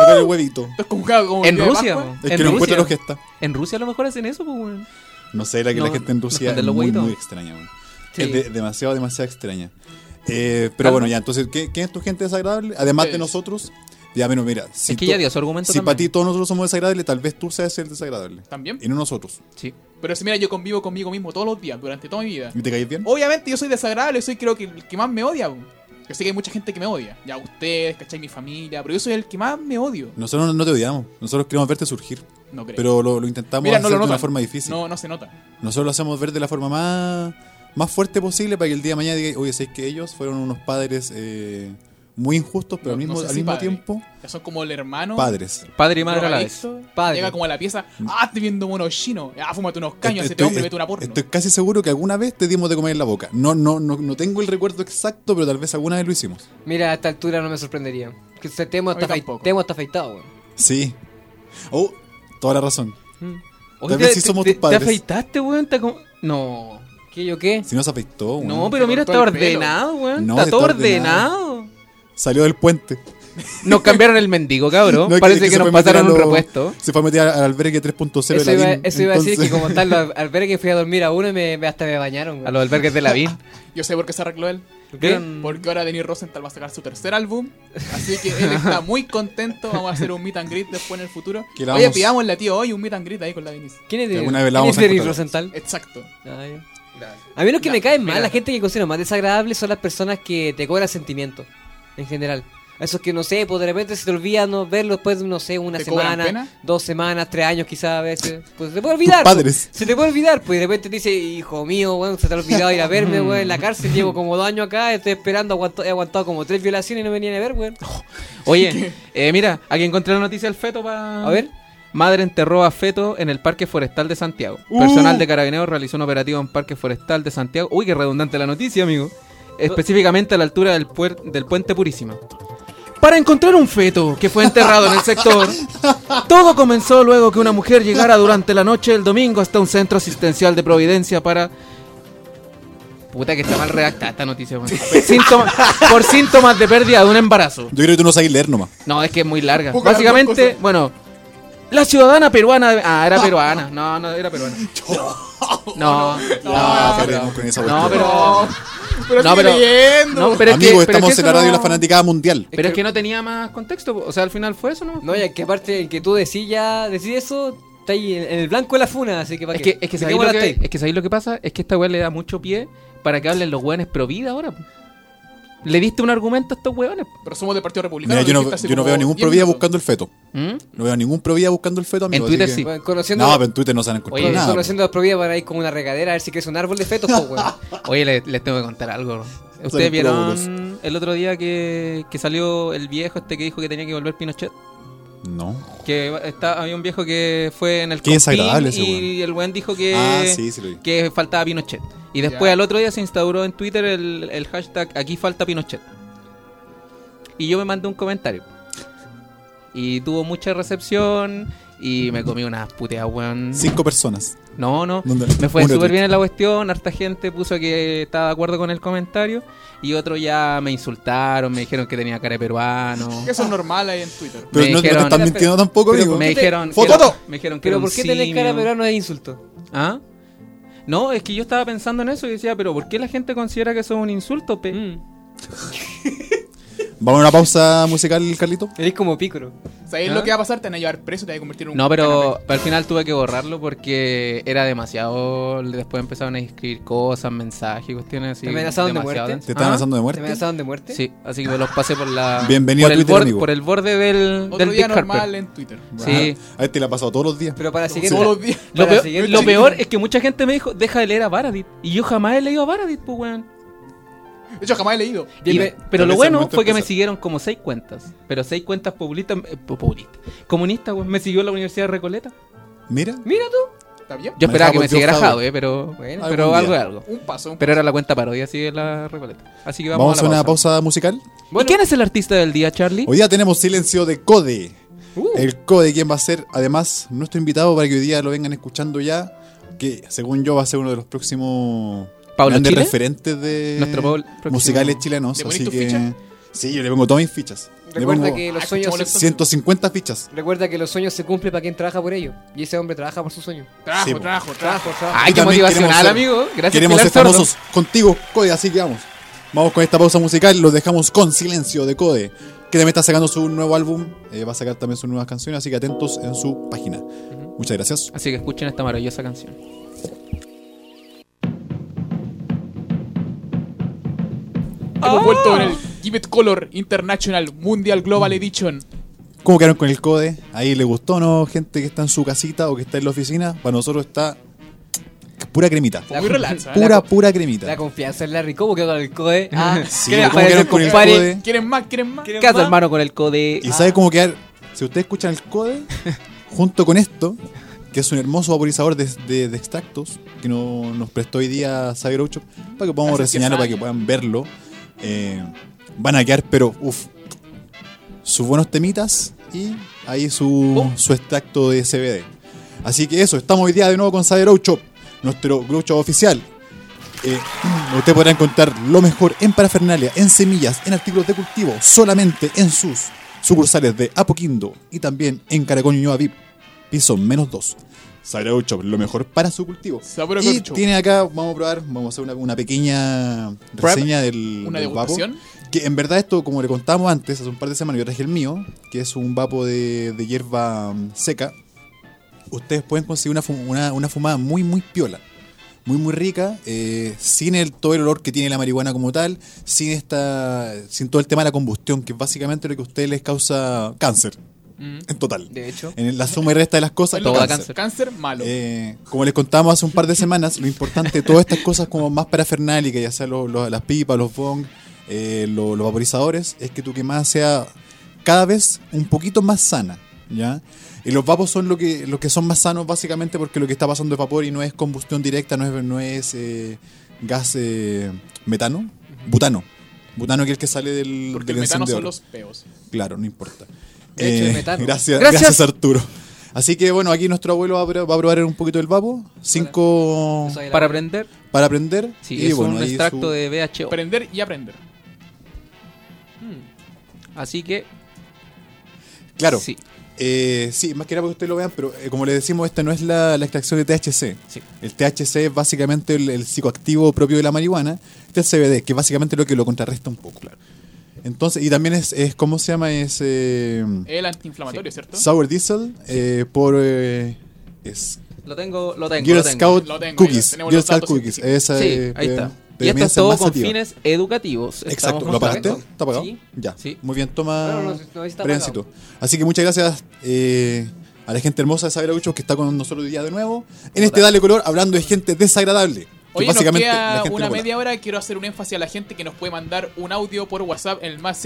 E: Acá el huevito.
C: Esto es como cada- como
G: En
C: el día de
G: Rusia,
C: Pascua.
G: weón.
E: Es
G: En
E: que no encuentro los
G: Rusia.
E: que está.
G: En Rusia a lo mejor hacen eso, pues, weón.
E: No sé, la que la
G: No,
E: gente en Rusia
G: no, de
E: es
G: los
E: muy,
G: huevitos.
E: muy extraña, weón.
G: Sí. Ah,
E: Es de- demasiado, demasiado extraña. Eh, pero
G: Claro.
E: bueno, ya, entonces, ¿qué- ¿quién es tu gente desagradable? Además de
C: Sí.
E: nosotros. Ya, menos, mira. Si
G: es que
E: tú-
G: ya dio su argumento
E: Si para ti
G: también.
E: todos nosotros somos desagradables, tal vez tú seas el desagradable.
C: También.
E: Y no nosotros.
G: Sí.
C: Pero si mira, yo convivo conmigo mismo todos los días, durante toda mi vida.
E: ¿Y te caes bien?
C: Obviamente yo soy desagradable, soy creo que el que más me odia. po. Yo sé que hay mucha gente que me odia. Ya ustedes, ¿cachai? Mi familia. Pero yo soy el que más me odio.
E: Nosotros no- no te odiamos. Nosotros queremos verte surgir.
C: No creo.
E: Pero lo, lo intentamos
C: Mira,
E: hacer
C: no lo
E: de una
C: notan.
E: forma difícil.
C: No, no se nota.
E: Nosotros lo hacemos ver de la forma más, más fuerte posible para que el día de mañana diga, oye, sé que ellos fueron unos padres eh, muy injustos, pero
C: No-
E: al mismo,
C: no sé
E: al
C: si
E: mismo
C: padre.
E: tiempo,
C: Ya son como el hermano.
E: padres.
G: Padre y madre a la vez.
C: drogadicto,
F: Padre.
C: Llega como a la pieza. Ah, estoy viendo monos chinos. Ah, fúmate unos caños. Ese
E: Este Estoy-
C: hombre mete una porno.
E: estoy casi seguro que alguna vez te dimos de comer en la boca. No, no, no, no tengo el recuerdo exacto, pero tal vez alguna vez lo hicimos.
F: Mira, a esta altura no me sorprendería. Que ese tema
C: A mí
F: está, afei-
C: tampoco.
F: tema está afeitado, weón.
E: Sí. Oh, toda la razón.
G: Oye,
E: También
G: te-
E: sí somos
G: te-
E: tus padres.
G: ¿Te afeitaste, weón? Te acom- No.
F: ¿Qué yo qué?
E: Si no se afectó, weón.
G: No, pero mira,
C: cortó
G: está
C: el pelo.
G: ordenado, weón.
E: No,
G: está
E: si
G: todo
E: está ordenado.
G: ordenado.
E: Salió del puente.
G: Nos cambiaron el mendigo, cabrón.
E: [LAUGHS] No, es
G: Parece
E: es
G: que,
E: se
G: nos
E: fue a meter
G: pasaron
E: a
G: un
E: lo-
G: repuesto.
E: Se fue a meter al albergue 3.0 de
F: Eso
E: la
F: iba,
E: DIN,
F: eso iba a decir que
E: entonces- [LAUGHS]
F: como tal, al, al ver que fui a dormir a uno y me, me- hasta me bañaron,
G: A
F: weón.
G: los albergues
E: [LAUGHS]
G: de la VIN.
C: Yo sé por qué se arregló él.
G: ¿Qué?
C: [LAUGHS] Porque ahora Denis Rosenthal va a sacar su tercer álbum. Así que él está muy contento. Vamos a hacer un meet and greet después en el futuro.
E: Que la
C: Oye,
E: vamos-
C: pidámosle, tío, hoy un meet and great ahí con la Denis.
F: ¿Quién es de
E: Alguna vez la
F: ¿Quién
E: vamos
F: es
E: a
F: Denis
E: encontrar. Eh,
F: Rosenthal?
C: Exacto.
F: Ah, ya. A mí los que me caen mal,
G: mira.
F: la gente que considero más desagradable son las personas que te cobran sentimientos, en general. Esos que, no sé, pues de repente se te olvida no verlos después de, no sé, una
C: ¿Te cobran
F: semana,
C: pena?
F: dos semanas, tres años quizás a veces. Pues se te puede olvidar.
E: Tus
F: pues.
E: padres.
F: Se te puede olvidar, pues y de repente te dice, hijo mío, weón, se te ha olvidado ir a
E: [LAUGHS]
F: verme, weón, en la cárcel, llevo como dos años acá, estoy esperando, aguanto- he aguantado como tres violaciones y no me venían a ver, weón. [LAUGHS]
G: Oye, eh, mira, aquí encontré la noticia del feto para...
F: A ver.
G: Madre enterró a feto en el Parque Forestal de Santiago.
F: Uh.
G: Personal de Carabineros realizó un operativo en Parque Forestal de Santiago. Uy, qué redundante la noticia, amigo. Específicamente a la altura del, puer- del Puente Purísima. Para encontrar un feto que fue enterrado en el
F: [LAUGHS]
G: sector, todo comenzó luego que una mujer llegara durante la noche del domingo hasta un centro asistencial de Providencia para... Puta que está mal redactada esta noticia, weón. Síntoma- por síntomas de pérdida de un embarazo.
E: Yo creo que tú no sabes leer nomás.
G: No, es que es muy larga.
C: Busca las dos
G: Básicamente,
C: cosas.
G: bueno, la ciudadana peruana. Ah,
F: [LAUGHS]
G: era peruana. No, no, era peruana. No,
E: Ah, paremos con esa
G: no,
E: cuestión.
G: pero.
C: Pero
G: No,
C: sigue
G: pero-
C: leyendo.
G: No, pero es que.
E: Amigo,
G: pero
E: estamos
G: es que
E: en la
G: eso
E: radio de
G: no-
E: la fanaticada mundial.
G: Pero es que no tenía más contexto. O sea, al final fue eso, ¿no?
F: No, y es que aparte el que tú decís ya, decís eso, está ahí en, en el blanco de la funa, así que para
G: Es que, es que,
F: ¿De qué
G: sabéis lo
F: bola
G: que,
F: estáis?
G: es que sabéis lo que pasa, es que esta weá le da mucho pie para que hablen los weones pro vida ahora. po. Le diste un argumento a estos weones. po.
C: Pero somos del Partido Republicano.
E: Mira, yo
C: lo
E: no,
C: dijiste hace
E: yo no
C: como
E: veo ningún
C: 10
E: provida
C: minutos.
E: buscando el feto.
G: ¿Mm?
E: No veo ningún provida buscando el feto, amigo.
G: En Twitter
E: así que-
G: sí. pues,
F: Bueno, conociendo,
E: No, pero en Twitter no se han encontrado
G: Oye,
E: nada.
F: conociendo
G: pues.
F: las propiedades para ir como una regadera a ver si crece un árbol de fetos, po,
G: [LAUGHS]
F: weón.
G: Oye, le- les, tengo que contar algo.
E: Salen
G: ¿Ustedes vieron
E: glóbulos.
G: el otro día que, que salió el viejo este que dijo que tenía que volver Pinochet?
E: No.
G: Que está, había un viejo que fue en el
E: Qué
G: Compín
E: desagradable ese
G: y el weón dijo que,
E: Ah, sí, sí lo vi.
G: que faltaba Pinochet. Y después
C: Ya.
G: al otro día se instauró en Twitter el, el hashtag aquí falta Pinochet. Y yo me mandé un comentario. Y tuvo mucha recepción y me comí unas puteas, weón.
E: Cinco personas.
G: No, no.
E: ¿Dónde?
G: Me fue
E: Un retweet.
G: súper bien en la cuestión, harta gente puso que estaba de acuerdo con el comentario y otro ya me insultaron, me dijeron que tenía cara de peruano.
C: Que eso es normal ahí en Twitter.
E: Pero
G: Me
E: no, no
G: dijeron-
E: te están mintiendo tampoco,
F: pero
E: amigo.
G: Me dijeron,
E: ¡Foto!
G: que era- me dijeron que
F: Pero
G: era
F: ¿por
G: un
F: qué tenés cara
G: simio.
F: peruana de insulto?
G: ¿Ah? No, es que yo estaba
C: Mm.
G: pensando en eso y decía, pero ¿por qué la gente considera que eso es un insulto? pe?
F: Mm.
E: Vamos a una pausa musical, Carlito.
F: Eres como pícoro.
C: ¿Sabéis
G: ¿Ah?
C: lo que va a pasar? Te van a llevar preso, te van a convertir en un.
G: No,
C: canapé.
G: pero al final tuve que borrarlo porque era demasiado. Después empezaron a escribir cosas, mensajes, cuestiones así.
F: ¿Te amenazaron de muerte?
G: demasiado
E: Te
G: densas.
E: están
G: Ah,
E: amenazando de
F: ¿Te
E: muerte.
F: amenazaron de muerte?
G: Sí, así que me los pasé por la.
E: Bienvenido
G: por
E: a
G: el,
E: Twitter,
G: borde,
E: amigo.
G: por el borde del.
C: Otro
G: del
C: día
G: Dick Harper.
C: normal en Twitter.
G: Sí.
E: A este le ha pasado todos los días.
F: Pero para la siguiente.
C: Todos los días.
G: Lo,
F: Para
G: peor,
F: seguir
G: lo
F: con-
G: peor es que mucha gente me dijo, deja de leer a Baradit. Y yo jamás he leído a Baradit, pues, weón.
C: De hecho, jamás he leído.
G: Y-
F: Dime-
G: pero
E: en
G: lo
E: ese
G: bueno
E: momento
G: fue que me
E: empezó-
G: siguieron como seis cuentas. Pero seis cuentas populistas. eh, populistas comunistas, weón. Me siguió la Universidad de Recoleta.
E: Mira.
F: Mira tú.
C: ¿Está bien?
G: Yo esperaba
E: Manejado
G: que me
E: por Dios
G: siguiera
E: Jadwe.
G: Jadwe, pero, bueno,
E: Algún
G: pero
E: día.
G: algo es algo.
C: Un paso. un
G: Pero era la cuenta parodia, así de la Recoleta. Así que vamos,
E: Vamos,
G: a,
E: a
G: la
E: una
G: pausa.
E: pausa musical.
G: ¿Y quién es el artista del día, Charlie?
E: Hoy día tenemos silencio de Code.
G: Uh.
E: El Code, quien va a ser, además, nuestro invitado para que hoy día lo vengan escuchando ya. Que según yo va a ser uno de los próximos
G: ¿Pablo
E: grandes
G: Chile?
E: referentes de
G: Nuestro Pablo- próximo-
E: musicales chilenos.
C: ¿Le ponís
E: Así
C: tus
E: que.
C: fichas?
E: Sí, yo le pongo todas mis fichas. Le
F: Recuerda
E: pongo
F: que los
C: Ah,
F: sueños.
C: chucha,
F: se-
C: molestó.
E: 150 fichas.
F: Recuerda que los sueños se cumplen para quien trabaja por ellos. Y ese hombre trabaja por su sueño.
C: Trabajo,
E: Sí, po.
C: trabajo, trabajo.
F: Trabajo, trabajo.
G: Ay,
E: Y
G: qué
E: también queremos
G: motivacional,
E: ser-
G: amigo. Gracias,
E: Queremos
G: Pilar
E: ser
G: Sordo.
E: famosos contigo, Code, así que vamos. Vamos con esta pausa musical, los dejamos con silencio de Code, que también está sacando su nuevo álbum, eh, va a sacar también sus nuevas canciones, así que atentos en su página. Muchas gracias.
G: Así que escuchen esta maravillosa canción.
C: Hemos vuelto en el Give It Color International Mundial Global Edition.
E: ¿Cómo quedaron con el Code? ¿Ahí le gustó o no? Gente que está en su casita o que está en la oficina, para nosotros está pura cremita.
C: Fue muy
F: La-
C: relax. ¿eh?
E: Pura,
F: la-
E: pura
F: La
E: cremita.
F: confianza en Larry. ¿Cómo quedó el
G: [LAUGHS]
F: CODE? Ah,
E: Sí,
F: ¿qué le
E: ¿cómo
F: parece,
E: quedaron con el
F: compadre?
E: Code?
C: ¿Quieren más? ¿Quieren más?
G: ¿Qué haces, hermano, con el code? Ah,
E: Y
F: Ah.
E: sabe cómo quedar. Si ustedes escuchan el code,
F: [LAUGHS]
E: junto con esto, que es un hermoso vaporizador de, de- de extractos que no- nos prestó hoy día Xavier Ocho, para que podamos
C: Hace
E: reseñarlo,
C: 10
E: para que
C: años.
E: puedan verlo, eh, van a quedar, pero uff, sus buenos temitas y ahí su,
F: Oh.
E: su extracto de CBD. Así que eso, estamos hoy día de nuevo con Cyber Shop, nuestro grow shop oficial. Eh, [CLEARS THROAT] usted podrá encontrar lo mejor en parafernalia, en semillas, en artículos de cultivo, solamente en sus sucursales de Apoquindo y también en Caracol Ñuñoa VIP, piso menos 2. Cyber Shop, lo mejor para su cultivo.
C: Sabor a
E: y
C: corcho.
E: tiene acá, vamos a probar, vamos a hacer una, una pequeña
G: Prep,
E: reseña del,
C: ¿Una
E: del vapo.
C: degustación?
E: Que en verdad esto, como le contábamos antes, hace un par de semanas yo traje el mío, que es un vapo de, de hierba mm, seca. Ustedes pueden conseguir una, fu- una- una fumada muy, muy piola. Muy, muy rica, eh, sin el, todo el olor que tiene la marihuana como tal, sin, esta, sin todo el tema de la combustión, que es básicamente lo que a ustedes les causa cáncer, en total.
F: De hecho.
E: En la suma y resta de las cosas,
C: Todo
G: da
E: cáncer.
G: cáncer.
C: Cáncer malo.
E: Eh, como les contamos hace un par de semanas, lo importante de todas estas cosas como más parafernálicas, ya sea lo- lo- las pipas, los bong, eh, lo- los vaporizadores, es que tu quemada sea cada vez un poquito más sana, ¿ya? Y los vapos son lo que, los que son más sanos básicamente porque lo que está pasando es vapor y no es combustión directa, no es, no es eh, gas eh, metano, butano. Butano que es el que sale del,
C: Porque
E: del
C: el metano
E: encendedor.
C: son los peos.
E: Claro, no importa.
F: De hecho,
E: Eh,
F: es metano.
E: Gracias,
G: Gracias.
E: gracias. Arturo. Así que bueno, aquí nuestro abuelo va a, pro- va a probar un poquito el vapo. Cinco
F: soy-
G: Para aprender,
E: para aprender.
G: sí,
E: Y,
G: es
E: bueno,
G: un
E: ahí
G: extracto
E: su-
G: de BHO.
C: Aprender y aprender.
G: Así que,
E: Claro.
G: sí.
E: Eh, sí, más que nada para que ustedes lo vean, pero eh, como les decimos, esta no es la, la extracción de THC.
G: Sí.
E: El THC es básicamente el, el psicoactivo propio de la marihuana. Este es el CBD, que es básicamente lo que lo contrarresta un poco. Entonces, y también es, es ¿cómo se llama? Es eh,
C: El antiinflamatorio, ¿cierto?
E: Sour Diesel eh, por... eh, es
G: Lo tengo, lo tengo.
E: Girl
G: lo tengo.
E: Scout
C: Lo tengo, ahí lo
E: Cookies.
C: tenemos
E: Girl
C: los
E: Scout
C: datos
E: Cookies.
C: científicos.
E: Esa,
G: Sí,
E: eh,
G: ahí está.
E: pre-
G: Y esto es
E: premisa
G: todo
E: más
G: con
E: activa.
G: fines educativos. Estamos
E: Exacto. ¿Lo apagaste?
G: mostrando.
E: ¿Está apagado?
G: Sí.
E: Ya.
G: Sí.
E: Muy bien, toma.
F: No, no, no, no, está
E: Prevencito. Así que muchas gracias eh, a la gente hermosa de Saber Agucho que está con nosotros hoy día de nuevo. En este Dale Color, hablando de gente desagradable. que
C: Oye, nos
E: la
C: queda
E: gente
C: una
E: no cola.
C: media hora. Quiero hacer un énfasis a la gente que nos puede mandar un audio por WhatsApp en el más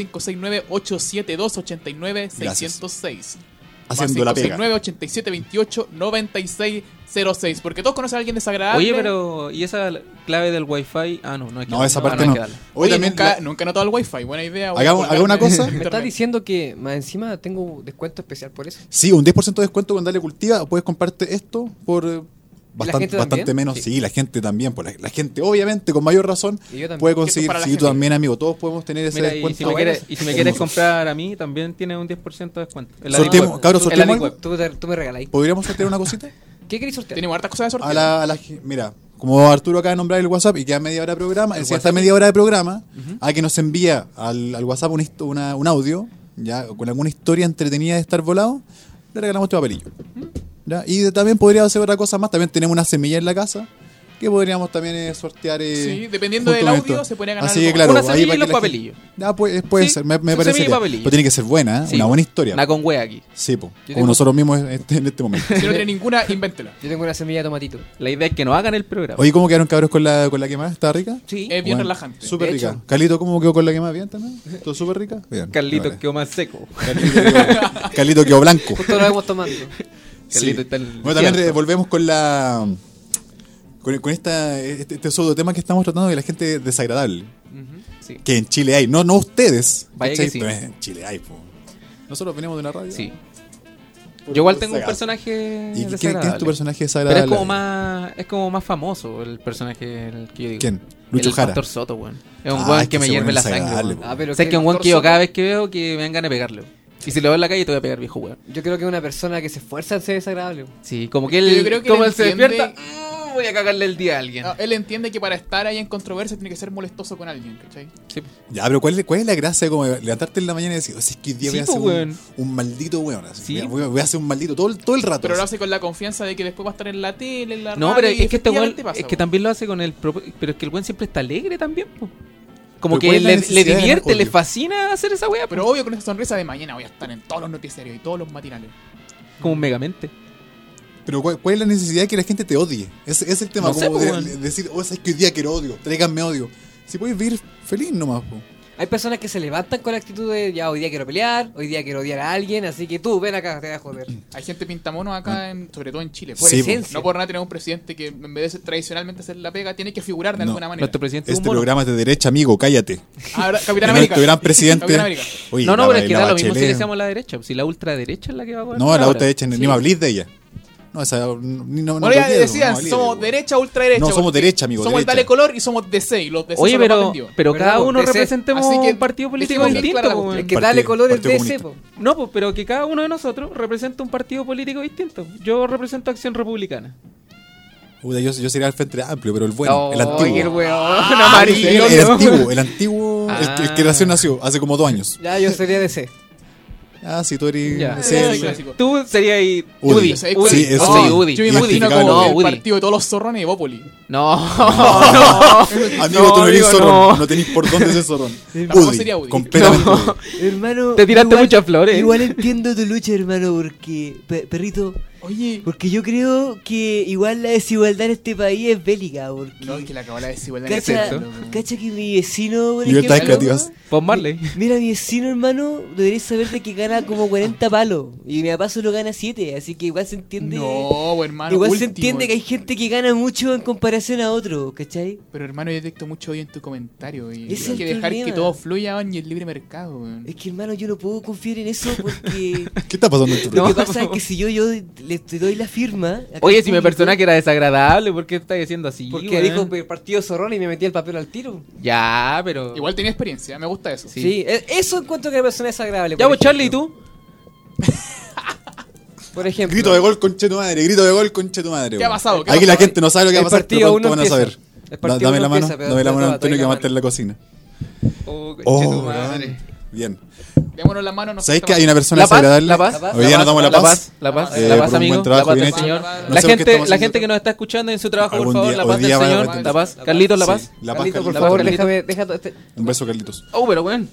C: 569-872-89-606.
E: Haciendo la pega.
C: 87 28 96 06. Porque todos conocen a alguien desagradable.
G: Oye, pero. ¿Y esa clave del wifi? Ah, no, no hay que
E: No, esa parte
G: hay
E: no.
G: que darle.
E: Hoy
C: Oye,
E: también
C: nunca,
E: la-
C: nunca he notado el wifi. Buena idea. voy a
E: Hagamos-
C: colgarme [LAUGHS]
E: haga una cosa.
C: en
F: Me estás
C: internet.
F: diciendo que más encima tengo descuento especial por eso.
E: Sí, un 10% de descuento con Dale Cultiva. Puedes comprarte esto por eh,
F: gente
E: bastante,
F: también?
E: bastante menos.
F: Sí.
E: Sí. la gente también. Pues la, la gente, obviamente, con mayor razón,
F: Y yo también. Que
E: puede
F: tú
E: conseguir.
C: para la
E: Sí, tú
C: gente.
E: también, amigo. Todos podemos tener ese
G: Mira, y
E: descuento.
G: si, me
E: Ah,
G: quieres,
E: bueno,
G: y si me
E: hermoso.
G: quieres comprar a mí, también tiene un 10% de descuento. En la
E: Sorteemos,
G: Big Web.
E: cabros,
G: En la
E: sorteemos
G: Big
E: algo.
G: Web.
F: Tú, te- tú me regaláis.
E: ¿Podríamos sortear una cosita?
F: ¿Qué queréis sortear?
C: Tenemos hartas cosas de
E: A
C: sorteo.
E: la, a la ge- mira, Como Arturo acaba de nombrar el WhatsApp y queda media hora de programa, es decir, hasta media hora de programa, a que nos envía al, al WhatsApp un, histo- una- un audio, ya con alguna historia entretenida de estar volado, le regalamos este papelillo. ¿Ya? Y de- también podría hacer otra cosa más, también tenemos una semilla en la casa que podríamos también eh, sortear. eh,
C: Sí, dependiendo
E: junto
C: del
E: con
C: audio se puede ganar
E: Así
C: algo.
E: que claro,
G: Una
E: ahí
G: semilla y
E: para
G: los
E: que la gente-
G: papelillos.
E: Ah, pues, puede
G: Sí,
E: ser, me, me
G: una
E: parece.
G: semilla y
E: bien.
G: papelillo.
E: Pero tiene que ser buena, ¿eh?
G: Sí. pues.
E: una buena historia.
G: Una con wea aquí.
E: Sí, po. como
G: tengo-
E: nosotros mismos en este, en
G: [LAUGHS]
E: este momento.
C: Si no
E: [LAUGHS]
C: tiene ninguna, invéntela.
F: Yo tengo una semilla de tomatito.
G: La idea es que no hagan el programa.
E: Oye, ¿cómo quedaron cabros con la, con la quemada? ¿Está rica?
F: Sí.
G: Eh,
C: Es bien
E: Bueno,
C: relajante.
E: Súper
F: De
E: rica.
F: hecho.
E: Carlito, ¿cómo quedó con la quemada? ¿Bien también? ¿Todo súper rica? Bien.
G: Carlitos
E: Vale.
G: quedó más seco.
E: Carlito
G: [LAUGHS]
E: quedó, Carlito quedó blanco.
F: Justo lo vemos tomando.
E: Sí.
G: Carlito está en-
E: Bueno, también
G: cierto.
E: eh, volvemos con la. Con, con esta, este, este tema que estamos tratando de la gente desagradable.
G: sí.
E: Que en Chile hay. No, no ustedes.
G: Vaya que
E: ¿cachai?
G: sí.
E: Pero En Chile hay, po. Nosotros venimos de una radio.
G: Sí. Yo igual tengo un
E: Desagradable.
G: personaje.
E: ¿Y quién- quién, es
G: desagradable.
E: tu personaje desagradable?
G: Pero es como más, es como más famoso el personaje el que yo digo.
E: ¿Quién? Lucho
G: el
E: Jara.
G: Pastor Soto, weón. Es un
E: Ah,
G: weón
E: es
G: que
E: que
G: me
E: ese
G: hierve
E: weón
G: la
E: es
G: sangre,
E: desagradable,
G: weón.
E: po. Ah,
F: pero
G: Sé
F: qué
G: que un weón que yo
F: torso.
G: cada vez que veo que me dan ganas de pegarle, weón. Y si lo veo en la calle te voy a pegar, viejo weón.
F: Yo creo que es una persona que se esfuerza en ser desagradable.
G: Sí, como que
C: Yo
G: él,
C: creo que
G: como
C: él
G: él Ah, se
C: entiende-
G: despierta, "Mm, voy a cagarle el día a alguien.
C: No, Ah, él entiende que para estar ahí en controversia tiene que ser molestoso con alguien, ¿cachai?
G: Sí.
E: Ya, pero ¿cuál, es- ¿cuál es la gracia de como levantarte en la mañana y decir, "Oh, si es que hoy día
G: Sí,
E: voy a
G: po,
E: hacer
G: weón.
E: un, un maldito weón? así,
G: Sí.
E: voy a- voy, a, voy a hacer un maldito todo, el- todo el rato.
C: Pero lo
E: así.
C: hace con la confianza de que después va a estar en la tele, en la
G: No,
C: radio,
G: pero
C: y
G: es que este weón,
C: efectivamente pasa,
G: es que
C: weón.
G: también lo hace con el propo- pero es que el weón siempre está alegre también, po. Como
E: Pero ¿cuál
G: que
E: es la
G: le, le
E: necesidad de
G: divierte,
E: ganar
G: le
E: odio?
G: fascina hacer esa weá, pero
C: Pero obvio con esa sonrisa de mañana voy a estar en todos los noticiarios y todos los matinales.
G: como un megamente.
E: Pero ¿cuál, cuál es la necesidad de que la gente te odie? Ese ese es el tema,
G: No sé,
E: como
G: po,
E: de-
G: weón.
E: de decir, oh, si es que hoy día quiero odio, tráiganme odio. Si puedes vivir feliz nomás, po.
F: Hay personas que se levantan con la actitud de ya hoy día quiero pelear, hoy día quiero odiar a alguien, así que tú ven acá, te voy a joder.
C: Hay gente pintamono
G: Ah.
C: acá, en, sobre todo en Chile.
E: Sí, po.
C: No por nada tenemos un presidente que en vez de tradicionalmente hacer la pega, tiene que figurar de
E: No,
C: alguna manera.
G: Nuestro presidente es
E: Este
G: un mono.
E: programa es de derecha, amigo, cállate.
C: Ahora, Capitán
E: Que
C: América.
E: Nuestro gran presidente.
C: Capitán América.
E: Oye,
G: no, no,
E: la-
G: pero es que
E: la
G: da lo mismo si
E: Bachelet.
G: le decíamos la derecha. pues, Si la ultraderecha es la que va a poner
E: No, la
G: ahora.
E: otra derecha, ni-
G: Sí.
E: ni me hablís de ella. No, esa. Ni, no,
C: Bueno,
E: no
C: ya
E: te olvides,
C: decían,
E: no me hablís de
C: somos
E: ella,
C: derecha o ultraderecha.
E: No, somos
C: porque
E: derecha, amigo,
C: Somos el
E: derecha.
C: Dale Color y somos DC. Y los DC
G: Oye,
C: son los más
G: pero,
C: vendidos.
G: pero
F: ¿Verdad,
G: cada
F: po?
G: uno
F: DC.
G: representemos
C: Así que
G: un partido político
C: dejemos bien
G: distinto.
C: clara la
G: po,
C: cuestión.
F: Es
G: weón.
F: que
E: Partido-
F: dale colores
E: Partido
F: de ese, po.
E: Comunista.
G: No, pues, pero que cada uno de nosotros representa un partido político distinto. Yo represento Acción Republicana.
E: Puta, yo, yo sería el frente amplio, pero el bueno, el
F: Ay,
E: antiguo.
F: el weón, [LAUGHS]
E: El,
F: amarillo.
E: el antiguo, el antiguo, el, que- el que
G: Ah.
E: recién nació, hace como dos años.
F: Ya, yo sería DC.
E: Ah, sí, tú eres.
G: Ya.
E: sí,
C: Ay,
E: sí.
C: clásico.
G: Tú serías ahí.
E: Udi.
G: Udi.
E: Yo
C: soy
G: Udi.
E: Sí, eso.
G: Yo soy Udi.
C: Ah, Yo
E: Udi.
C: me imagino
E: Identificable.
C: como
G: No,
C: el
G: Udi.
C: partido de todos los zorrones de Bópoli.
G: No,
E: Amigo, tú
G: No,
E: no eres
G: amigo,
E: zorrón.
G: no.
E: No, tenés por dónde ser
C: [LAUGHS]
E: zorrón.
C: Tampoco sería Udi.
E: Completamente. Udi.
H: Hermano.
G: Te tiraste
H: igual-
G: muchas flores.
H: Igual entiendo tu lucha, hermano, porque. pe- perrito.
C: Oye.
H: Porque yo creo que igual la desigualdad en este país es bélica. Porque.
C: No, es que la cabala de desigualdad. en
H: cacha,
C: este mundo, weón.
H: cacha que mi vecino. por
E: Libertades
H: ejemplo,
E: creativas.
G: [LAUGHS] Bob Marley.
H: Mira, mi vecino, hermano, deberías saber de que gana como 40 palos. Y mi papá solo gana 7. Así que igual se entiende.
C: No, pues, hermano.
H: igual se
C: último.
H: entiende que hay gente que gana mucho en comparación a otro, ¿cachai?
C: Pero hermano, yo detecto mucho odio en tu comentario. Y
H: Ese
C: hay
H: es
C: que
H: el
C: dejar que
H: problema.
C: todo fluya weón, y el libre mercado, weón.
H: Es que, hermano, yo no puedo confiar en eso
G: [LAUGHS]
H: porque.
E: ¿Qué está pasando en tu
H: Lo
E: programa?
H: que pasa es que si yo, yo le te doy la firma. acá
G: Oye,
H: al
G: si mi
H: público,
G: personaje era desagradable, ¿por qué estás diciendo así?
F: Porque
G: weón?
F: dijo pe- partido zorrón y me metí el papel al tiro.
G: Ya, pero.
C: Igual tenía experiencia, me gusta eso.
F: Sí, e- eso encuentro que la persona es agradable.
G: Ya, pues, Charlie, ¿y tú?
F: Por ejemplo,
E: Grito de gol, conche tu madre. Grito de gol, conche tu madre.
C: ¿Qué ha
E: weón.
C: pasado? ¿Qué ha
E: Aquí la
C: pasado?
E: gente no sabe lo que va a
F: El
E: pasar, pero
F: partido aún
E: ¿cuánto
F: no
E: van a
F: empieza.
E: saber?
F: El
E: Da-
F: partido
E: Dame
F: aún
E: la
F: no
E: mano,
F: empieza, pero
E: dame la
F: da-
E: mano a
F: da-
E: Antonio
F: da-
E: que va a
F: da-
E: estar en la cocina.
G: Oh,
E: Oh,
G: madre.
E: bien.
C: Démonos la mano. nos
E: ¿Sabéis que
C: falta
E: hay una persona
G: La paz,
E: desagradable?
G: la paz,
E: Hoy día nos damos la paz.
G: La paz,
E: Eh,
G: la paz,
E: por un
G: amigo.
E: buen trabajo,
G: la paz
E: bien
G: del
E: hecho.
G: Señor.
C: No
G: la
E: sé por qué
G: gente,
E: estamos
G: la
E: haciendo
G: gente
E: esto.
G: que nos está escuchando en su trabajo, por
E: Algún
G: favor,
E: día-
G: la
E: hoy
G: paz del
E: día va a haber
G: Señor.
E: esto.
G: La paz. Carlitos, la
E: Sí,
G: paz.
E: La paz,
F: Carlito, por
E: Carlitos.
F: favor,
G: Carlito.
F: déjame, déjame. este-
E: Un beso, Carlitos.
G: Oh, pero weón.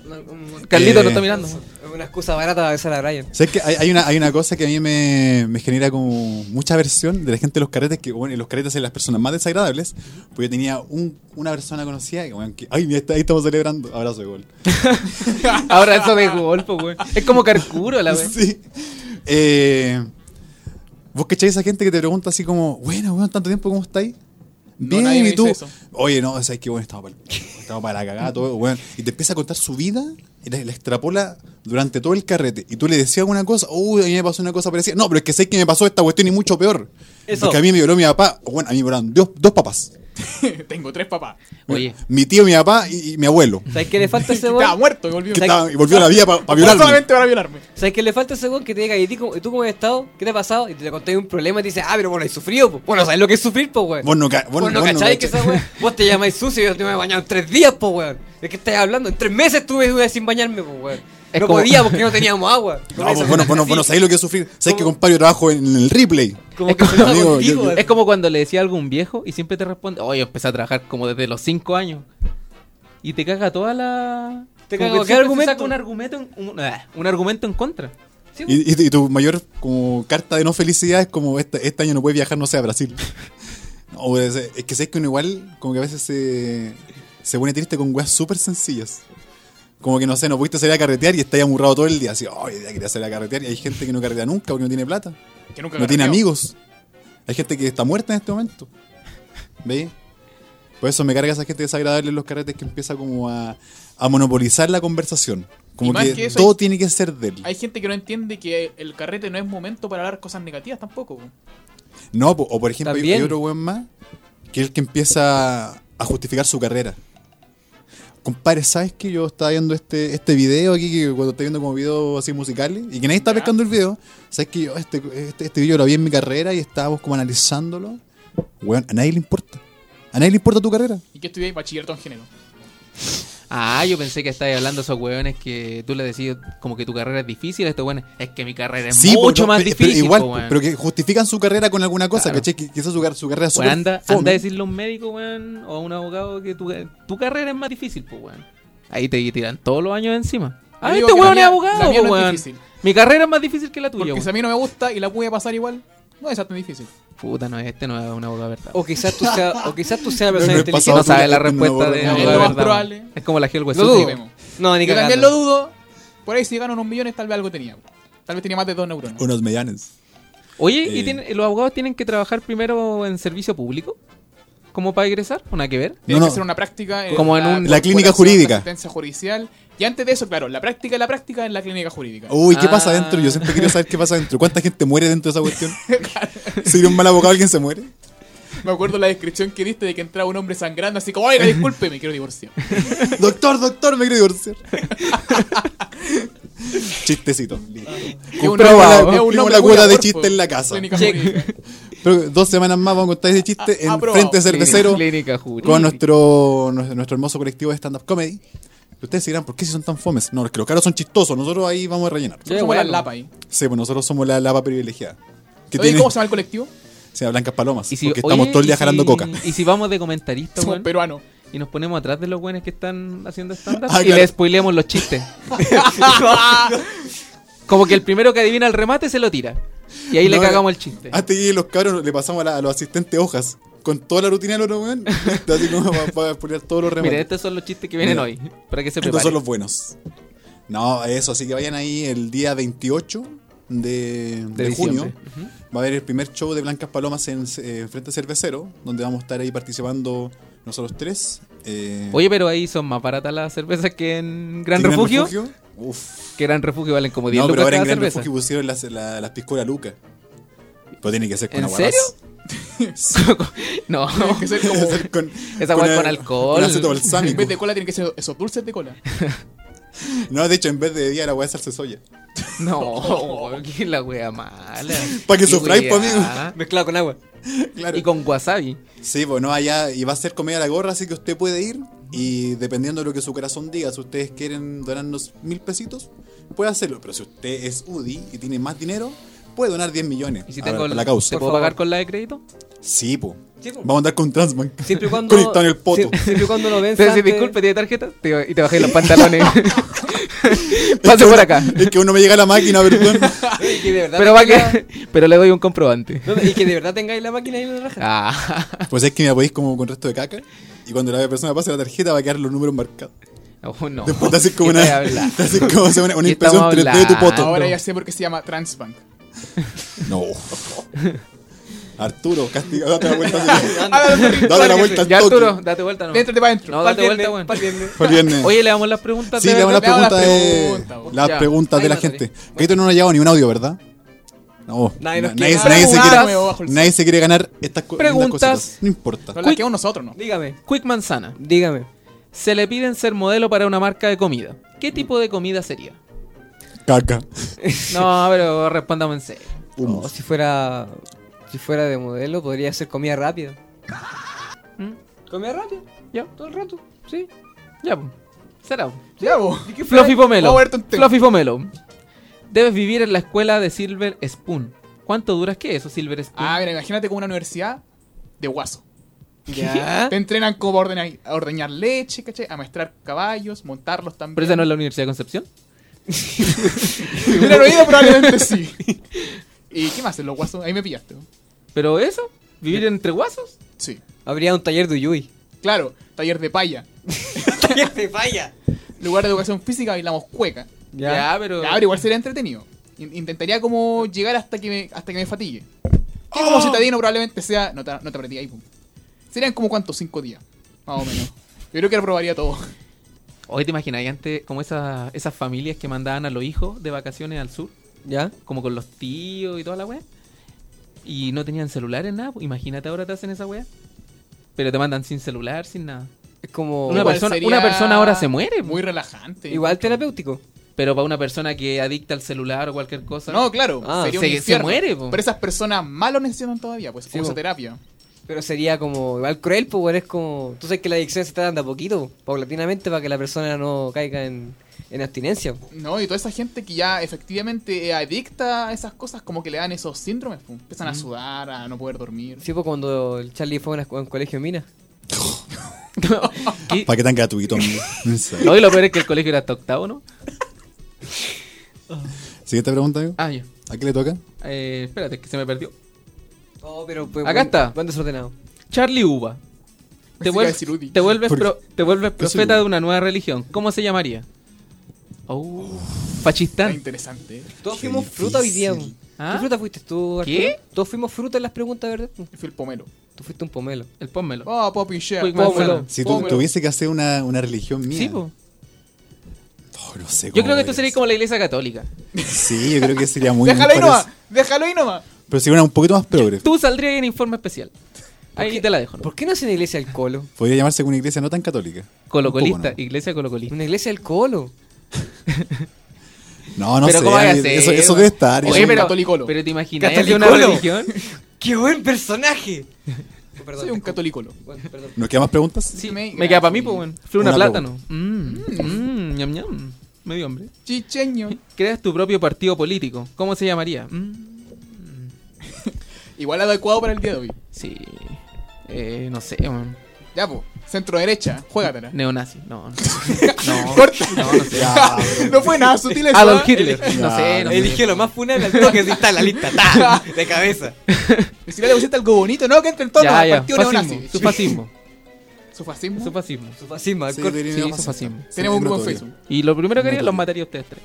G: Carlitos no
E: Eh,
G: está mirando.
F: Es una excusa barata para besar a Brian.
E: ¿Sabes que hay, hay una, hay una cosa que a mí me, me genera como mucha aversión de la gente de los caretes, que bueno, y los caretes son las personas más desagradables, porque yo tenía un- una persona conocida que, bueno, que- ay, mira, está- ahí estamos celebrando, abrazo de gol.
G: Ahora eso de golpe, weón. Es como carcuro
E: [LAUGHS]
G: la weón.
E: Sí. Eh, ¿Vos cacháis esa gente que te pregunta así como, bueno, weón, tanto tiempo, ¿cómo estáis? Bien,
C: nadie me
E: y tú.
C: dice eso.
E: Oye, no, sabes que bueno, estamos para, estamos para la cagada, todo, weón. Y te empieza a contar su vida y la, la extrapola durante todo el carrete. Y tú le decías alguna cosa, uy, a mí me pasó una cosa parecida. No, pero es que sé que me pasó esta cuestión y mucho peor.
F: Eso.
E: Porque a mí me violó mi papá. Bueno, a mí me violaron dos, dos papás.
C: [LAUGHS] Tengo tres papás.
D: Oye,
E: Mi tío, mi papá y, y mi abuelo.
F: ¿Sabes qué le falta
C: [LAUGHS]
F: a ese
C: Estaba
F: weón?
C: muerto y volvió.
E: Que estaba- y volvió a la vida para
C: No
E: violarme.
C: solamente para violarme.
F: ¿Sabes qué le falta a ese weón que te diga, ¿y ti cómo- y tú cómo has estado? ¿Qué te ha pasado? Y te le conté un problema y te dice, ah, pero bueno, has sufrido, po. Bueno, ¿sabes lo que es sufrir, po, weón?
E: Vos no, ca-
F: Vos no cacháis que esa weón. Vos te llamáis sucio y yo te me he bañado en tres días, po, weón. ¿De qué estás hablando? En tres meses estuve estuve sin bañarme, po, weón.
G: Es
F: no
G: como-
F: podía porque no pues, teníamos agua.
E: No, vos- Ah, pues, bueno, bueno, bueno, sabés lo que es sufrir. Sabés que, compadre, yo trabajo en el replay.
F: Como
G: Es
F: que
G: como-
F: se enoja
E: amigo,
F: contigo,
E: yo- yo-
F: weón.
G: Es como cuando le decía algo a un viejo y siempre te responde, oye, empecé a trabajar como desde los 5 años. Y te caga toda la...
F: Te caga
G: como que
F: cualquier
G: siempre te
F: argumento.
G: saca un argumento en, un, ah, un argumento en contra.
E: Y, y- y tu mayor como carta de no felicidad es como este, este año no puedes viajar, no sé, a Brasil. O es, es que sabes que uno igual, como que a veces se, se pone triste con weas súper sencillas. Como que no sé, no pudiste salir a carretear y estás amurrado todo el día. Así, hoy día quería salir a carretear. Y hay gente que no carretea nunca porque no tiene plata,
C: Que nunca
E: no tiene
C: carreteó.
E: amigos. Hay gente que está muerta en este momento. ¿Veis? Por eso me carga esa gente desagradable en los carretes que empieza como a, a monopolizar la conversación. Como
C: Y más
E: que,
C: que eso,
E: todo
C: hay-
E: tiene que ser de él.
C: Hay gente que no entiende que el carrete no es momento para hablar cosas negativas tampoco. weón.
E: No, po- o por ejemplo, hay-
F: También.
E: hay otro weón más que es el que empieza a justificar su carrera. Compadre, ¿sabes que yo estaba viendo este, este video aquí, que cuando estoy viendo como videos así musicales, y que nadie está pescando el video? ¿Sabes que yo este, este, este video lo vi en mi carrera y estábamos como analizándolo? Weón, a nadie le importa. A nadie le importa tu carrera.
C: Y que estudié bachillerato en género.
G: Ah, yo pensé que estabas hablando a esos hueones que tú le decías como que tu carrera es difícil. Estos hueones, es que mi carrera es
E: po,
G: mucho
E: pues, no,
G: más
E: pe- pero
G: difícil.
E: igual,
G: po, weón".
E: pero que justifican su carrera con alguna cosa,
G: Claro.
E: ¿cachai? Que quizás su, car- su carrera es
G: Bueno,
E: súper
G: anda,
E: fome.
G: anda a decirle a un médico, weón, o a un abogado que tu, tu carrera es más difícil, pues, weón. Ahí te tiran todos los años encima.
C: Yo
G: Ah,
C: digo
G: este
C: que la
G: weón es
C: mía- la
G: abogado,
C: mía
G: po,
C: no es
G: weón.
C: difícil.
G: Mi carrera es más difícil que la tuya,
C: Porque si a
G: weón.
C: mí no me gusta y la pude pasar igual, no es tan difícil.
G: Puta, no, este no es un abogado, ¿verdad?
F: O quizás tú seas, o quizás tú seas una
E: No, no
F: persona
E: he
F: inteligente.
E: pasado
G: no sabe
E: por
G: la
E: la-
G: respuesta
E: no,
G: de
E: no,
G: abogado,
E: no,
C: lo más
G: ¿verdad,
C: probable.
G: weón? Es como la Helwe
F: Lo
C: Sí,
F: dudo.
C: vemos.
F: No, ni
C: Yo
F: cagando.
C: también lo dudo. Por ahí si gano unos millones tal vez algo tenía. Tal vez tenía más de dos neuronas.
E: Unos medianes.
G: Oye, ¿y
E: Eh.
G: tienen- los abogados tienen que trabajar primero en servicio público? ¿Como para egresar? ¿O nada que ver?
C: Tienes
E: No,
C: que
E: no.
C: hacer una práctica
G: Como en un-
E: La clínica
C: corporación,
E: jurídica.
C: la asistencia judicial. Y antes de eso, claro, la práctica, la práctica en la clínica jurídica.
E: Uy, ¿qué pasa
G: Ah.
E: adentro? Yo siempre quiero saber qué pasa adentro. ¿Cuánta gente muere dentro de esa
C: [LAUGHS]
E: cuestión? Si eres un mal abogado, alguien se muere.
C: Me acuerdo la descripción que diste de que entraba un hombre sangrando así como, oiga,
E: [LAUGHS]
C: disculpe, me quiero divorciar.
E: Doctor, doctor, me quiero
C: [LAUGHS]
E: divorciar. Chistecito. Compraba,
C: Es un
E: compramos
C: hombre
E: la
C: muy
E: cuota de
C: amorfo.
E: chiste en la casa.
C: Clínica
F: Check.
G: [LAUGHS]
C: jurídica.
E: Pero dos semanas más vamos a contar ese chiste
C: A-
E: en
C: Ah, aprobado.
E: frente cervecero
G: Clínica jurídica.
E: con nuestro, nuestro nuestro hermoso colectivo de stand-up comedy. Ustedes se dirán, ¿por qué si son tan fomes? No, es que los caros son chistosos. Nosotros ahí vamos a rellenar.
F: Yo
C: Somos
F: igual,
C: la
F: no.
C: lapa ahí.
E: Sí, pues nosotros somos la lava privilegiada. Que
C: Oye,
E: tiene
C: ¿cómo se llama el colectivo?
E: sea, blancas palomas.
G: Y si-
E: porque
G: oye,
E: estamos todo el
G: y
E: día
G: si-
E: jalando coca.
G: Y si vamos de comentarista,
C: Somos
G: weón.
C: peruanos.
G: y nos ponemos atrás de los buenos que están haciendo stand-up
E: Ah,
G: y
E: claro.
G: le spoileamos los chistes. [LAUGHS] Como que el primero que adivina el remate se lo tira. Y ahí le
E: No, Ah,
G: cagamos el chiste.
E: Hasta que los cabros le pasamos a, la- a los asistentes hojas. Con toda la rutina del otro weón. [LAUGHS] listo, Así como para, poner todos los
G: Miren,
E: remates.
G: estos son los chistes que vienen
E: Mira.
G: hoy. Para que se
E: Estos
G: preparen.
E: son los buenos. No, eso. Así que vayan ahí el día 28 de, de
G: diciembre.
E: junio. Va a haber el primer show de Blancas Palomas en eh, Frente Cervecero. Donde vamos a estar ahí participando nosotros tres. Eh,
G: Oye, pero ahí son más baratas las cervezas que en Gran
E: ¿tienen
G: Refugio.
E: Uf.
G: Que Gran Refugio valen como 10
E: No, pero
G: lucas
E: ahora en
G: cada
E: Gran
G: cerveza.
E: Refugio pusieron las, la- las piscolas lucas. Pero tiene que ser con
G: ¿En
E: agua
G: serio? No.
C: Tiene que ser como...
E: [LAUGHS] Tiene que ser con,
G: Esa
E: con
G: hueá
E: a-
G: con alcohol.
E: Con aceto
C: En
E: balsámico.
C: vez de cola tienen que ser esos dulces de cola.
E: No, de hecho, en vez de día la voy a
G: [LAUGHS]
E: hacer soya. [LAUGHS]
G: No, que la wea mala.
E: Pa' que
G: Qué
E: sufráis, po,
G: wea.
F: Mezclado con agua.
E: Claro.
G: Y con wasabi.
E: Sí, bueno, allá y va a ser comida a la gorra, así que usted puede ir. Y dependiendo de lo que su corazón diga, si ustedes quieren donarnos mil pesitos, puede hacerlo. Pero si usted es UDI y tiene más dinero, puede donar 10 millones.
G: ¿Y si
E: a-
G: tengo
E: a la causa.
G: ¿Te puedo
F: favor.
G: pagar con la de crédito?
E: Sí, po.
F: Sí, po.
E: Vamos a andar con Transbank.
F: Siempre y cuando.
E: Conectado en el poto.
F: Sie- Siempre y cuando lo venza.
G: Entonces,
F: antes-
G: disculpe, ¿tiene tarjeta? Te- y te bajé los
E: [LAUGHS]
G: pantalones. [LAUGHS] [LAUGHS] Pase por acá.
E: Es que uno me llega a la máquina, perdón.
F: Y que de verdad
G: Pero, va
F: tenga-
G: que, [LAUGHS] pero le doy un comprobante.
F: No, y que de verdad tengáis la máquina ahí en la raja.
G: Ah, [LAUGHS]
E: Pues es que me apoyéis como con resto de caca. Y cuando la persona pase la tarjeta, va a quedar los números marcados.
G: oh, no.
E: Después te haces como
G: ¿Qué
E: una,
G: estás
E: [LAUGHS]
G: hablando?
E: te haces como una, una
G: ¿Qué
E: impresión
G: estamos
E: 3D de tu poto.
G: hablando?
C: Ahora ya sé por qué se llama Transbank.
E: No. [LAUGHS] Arturo, castiga, date la vuelta. al- date la
C: Lárguese.
E: vuelta al
G: Ya,
E: toque.
G: Arturo, date vuelta. No,
C: Dentro te va adentro.
G: no
C: Pal-
G: date vuelta, weón.
E: Fue el viernes.
G: Oye, le damos las preguntas.
E: sí,
G: de
E: le damos las
C: le hago las
E: preguntas de,
C: preguntas, vos.
E: las
G: Ya.
E: preguntas de
F: Ahí
E: la
F: me
E: gente. Que esto no nos ha llegado ni un audio, ¿verdad? No,
C: Nadie nos
E: na-
C: quiere
E: nadie,
C: ganar.
E: nadie se quiere,
C: Huevo bajo el
E: nadie se quiere ganar estas co- lindas
G: Preguntas.
E: cositas. No importa.
C: Nos la quedamos nosotros, ¿no?
F: Dígame,
G: Quick Manzana.
F: dígame.
G: Se le piden ser modelo para una marca de comida. ¿Qué tipo de comida sería?
E: Caca.
G: No, pero respondamos en serio.
E: Humo.
F: Oh, si fuera si fuera de modelo, podría ser comida rápida.
G: ¿Comida rápida? Ya, todo el rato. Sí. Ya, po. será. po.
C: Ya, vos.
G: Fluffy Pomelo.
C: Vamos a ver tu tema.
G: Fluffy Pomelo. Debes vivir en la escuela de Silver Spoon. ¿Cuánto duras que eso, Silver Spoon?
C: Ah, mira, imagínate como una universidad de guaso.
G: ya.
C: Te entrenan como a ordeñar, a ordeñar leche, ¿cachai? A maestrar caballos, montarlos también.
G: ¿Pero esa no es la Universidad de Concepción?
C: [LAUGHS] Mira, lo oído
G: [LAUGHS]
C: probablemente sí. ¿Y qué más hacen los guasos? Ahí me pillaste.
G: ¿Pero eso? ¿Vivir entre guasos?
C: Sí.
F: Habría un taller de Uyuy.
C: Claro, taller de paya.
H: te falla.
C: Lugar de educación física bailamos cueca.
G: Ya, pero...
C: Ya, pero igual sería entretenido. In- Intentaría como llegar hasta que me, hasta que me fatigue. Que
G: ¡Oh!
C: como citadino probablemente sea. No te, no te aprendí ahí, pum. Serían como cuántos, cinco días. Más o menos. Yo creo que lo probaría todo.
G: Hoy te imagináis antes como esas, esas familias que mandaban a los hijos de vacaciones al sur,
F: ¿Ya?
G: como con los tíos y toda la weá, y no tenían celulares, nada. pues, Imagínate ahora te hacen esa weá. Pero te mandan sin celular, sin nada.
F: Es como
G: Una
C: Igual
G: persona-
C: sería
G: una persona ahora se muere,
C: Muy relajante.
F: igual terapéutico.
G: Pero para una persona que adicta al celular o cualquier cosa. [LAUGHS]
C: No, claro.
F: Ah,
C: sería
G: se-
C: un
G: se
C: infierno.
G: muere, po.
C: Pero esas personas más lo necesitan todavía, pues.
F: Sí,
C: como
F: po.
C: esa terapia.
F: Pero sería como igual cruel, pues bueno, es como tú sabes que la adicción se está dando a poquito, paulatinamente para que la persona no caiga en, en abstinencia. po.
C: No, y toda esa gente que ya efectivamente es adicta a esas cosas, como que le dan esos síndromes, pum. Empiezan a sudar, a no poder dormir.
F: Sí, pues cuando el Charlie fue a una- a un colegio en Minas.
G: Y-
E: Para que tan gratuito, amigo. En serio.
G: no, y lo peor es que el colegio era hasta octavo, ¿no?
E: Siguiente pregunta, amigo.
G: Ah, ya.
E: ¿A qué le toca?
G: Eh, espérate, que se me perdió.
F: Oh, pero pues,
G: Acá está.
F: Buen desordenado.
G: Charlie Uva. Te
C: Pensé que iba a
G: vuelves,
C: decir Udi.
G: te vuelves,
E: ¿Por
G: pro- te vuelves
E: ¿Qué es el
G: profeta
E: Uva?
G: de una nueva religión. ¿Cómo se llamaría? Oh,
C: Está
G: Fachistán.
C: interesante. ¿eh?
F: Todos
E: Qué
F: fuimos fruta hoy día.
E: difícil.
F: po.
G: ¿Ah?
F: ¿Qué fruta fuiste tú, Arturo?
G: ¿Qué?
F: Todos fuimos fruta en las preguntas, ¿verdad?
C: Fui el pomelo.
F: Tú fuiste un pomelo.
G: El pónmelo.
C: Oh, papi, yeah.
G: Quick
C: Pomelo.
G: Manzana.
E: Si tú tuviese que hacer una, una religión mía.
G: Sí, po.
E: Oh, no sé
G: Yo creo que
E: cómo podría
G: tú serías
E: ser.
G: como la iglesia católica.
E: Sí, yo creo que sería muy.
C: Déjalo ahí
E: muy parec-
C: nomás. Déjalo ahí nomás.
E: Pero sería una un poquito más progre.
G: Tú saldrías en informe especial. Ahí te la dejo. ¿no?
F: ¿Por qué no hace una iglesia del colo?
E: Podría llamarse como una iglesia no tan católica. Un
G: Colocolista,
E: poco,
G: iglesia colocolista.
F: Una iglesia del colo.
E: No, no, no
G: pero
E: sé.
G: ¿cómo vaya a ser,
E: eso, eso
G: weón?
E: debe estar.
C: Oye,
E: eso-
G: Oye, pero,
C: catolicólogo.
G: pero te imaginas de una
F: ¿Catolicólogo?
G: [LAUGHS] religión.
F: ¡Qué buen personaje! [LAUGHS] perdón,
C: Soy un
F: disculpa.
C: católico.
F: Bueno, perdón.
E: ¿Nos quedan más preguntas?
G: Sí,
C: me-
G: me, queda para mí,
C: sí.
G: pues, weón. Flor una
E: Una
G: plátano. Mmm, mmm, ñam ñam. Medio hombre.
C: Chicheño.
G: Creas tu propio partido político. ¿Cómo se llamaría? Mm,
C: Igual adecuado para el día de hoy.
G: sí. Eh, no sé, weón.
C: Ya, po. Centro derecha. Juégatela.
G: Neonazi. No, no. no.
C: Corta.
G: No, no sé. [LAUGHS]
C: [LAUGHS]
E: Ya,
C: No fue nada sutil eso.
G: Adolf
C: ¿eh?
G: Hitler. No sé, no sé.
F: Eligió lo más funal al toque, así está en la lista, ta, de cabeza.
C: Ni siquiera le pusiste algo bonito. No, que entre en
G: [LAUGHS]
C: tono.
G: Ya, ya.
C: Partido neonazi.
G: Fascismo. Su fascismo.
C: Su fascismo.
F: Su
G: Su fascismo.
F: fascismo,
E: Sí,
F: cor-
E: debería
G: Sí,
E: ir a
G: eso
E: más
G: fue
E: aceptar.
G: así.
E: Sí,
C: Tenemos un
E: no
C: grupo en
E: todavía.
C: Facebook.
G: Y lo primero que haría
E: No,
G: los
E: no.
G: mataría a ustedes tres.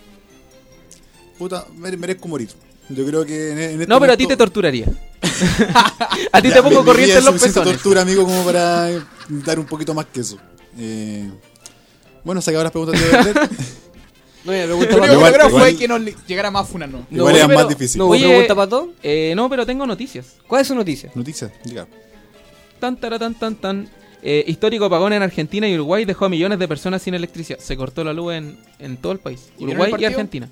E: Puta, mere- merezco morir. Yo creo que en, en este
G: No, pero a ti
E: momento-
G: te torturaría. [LAUGHS] a ti te
E: Ya,
G: pongo
E: mi- mi
G: corriente
E: vida
G: en los
E: es suficiente
G: pezones.
E: tortura, amigo, como para eh, dar un poquito más que eso. Eh, bueno, se acabaron las preguntas de Bernet.
G: [LAUGHS]
F: No, ya,
C: Lo
F: pregunta
C: único
F: para
C: que
E: Igual-
C: creo fue
E: igual-
C: que no le- llegara más Funan, no.
E: Igual
G: oye,
E: eran más
G: pero-
E: difíciles.
F: No,
G: Oye-
F: pregunta para todo.
G: Eh, no, pero tengo noticias.
F: ¿Cuál es su noticia?
E: [LAUGHS] Noticias, diga.
G: Tan, tara, tan, tan, tan. Eh, histórico apagón en Argentina y Uruguay dejó a millones de personas sin electricidad. Se cortó la luz en, en todo el país.
C: ¿Y vieron
G: Uruguay
C: el
G: y
C: partido?
G: Argentina.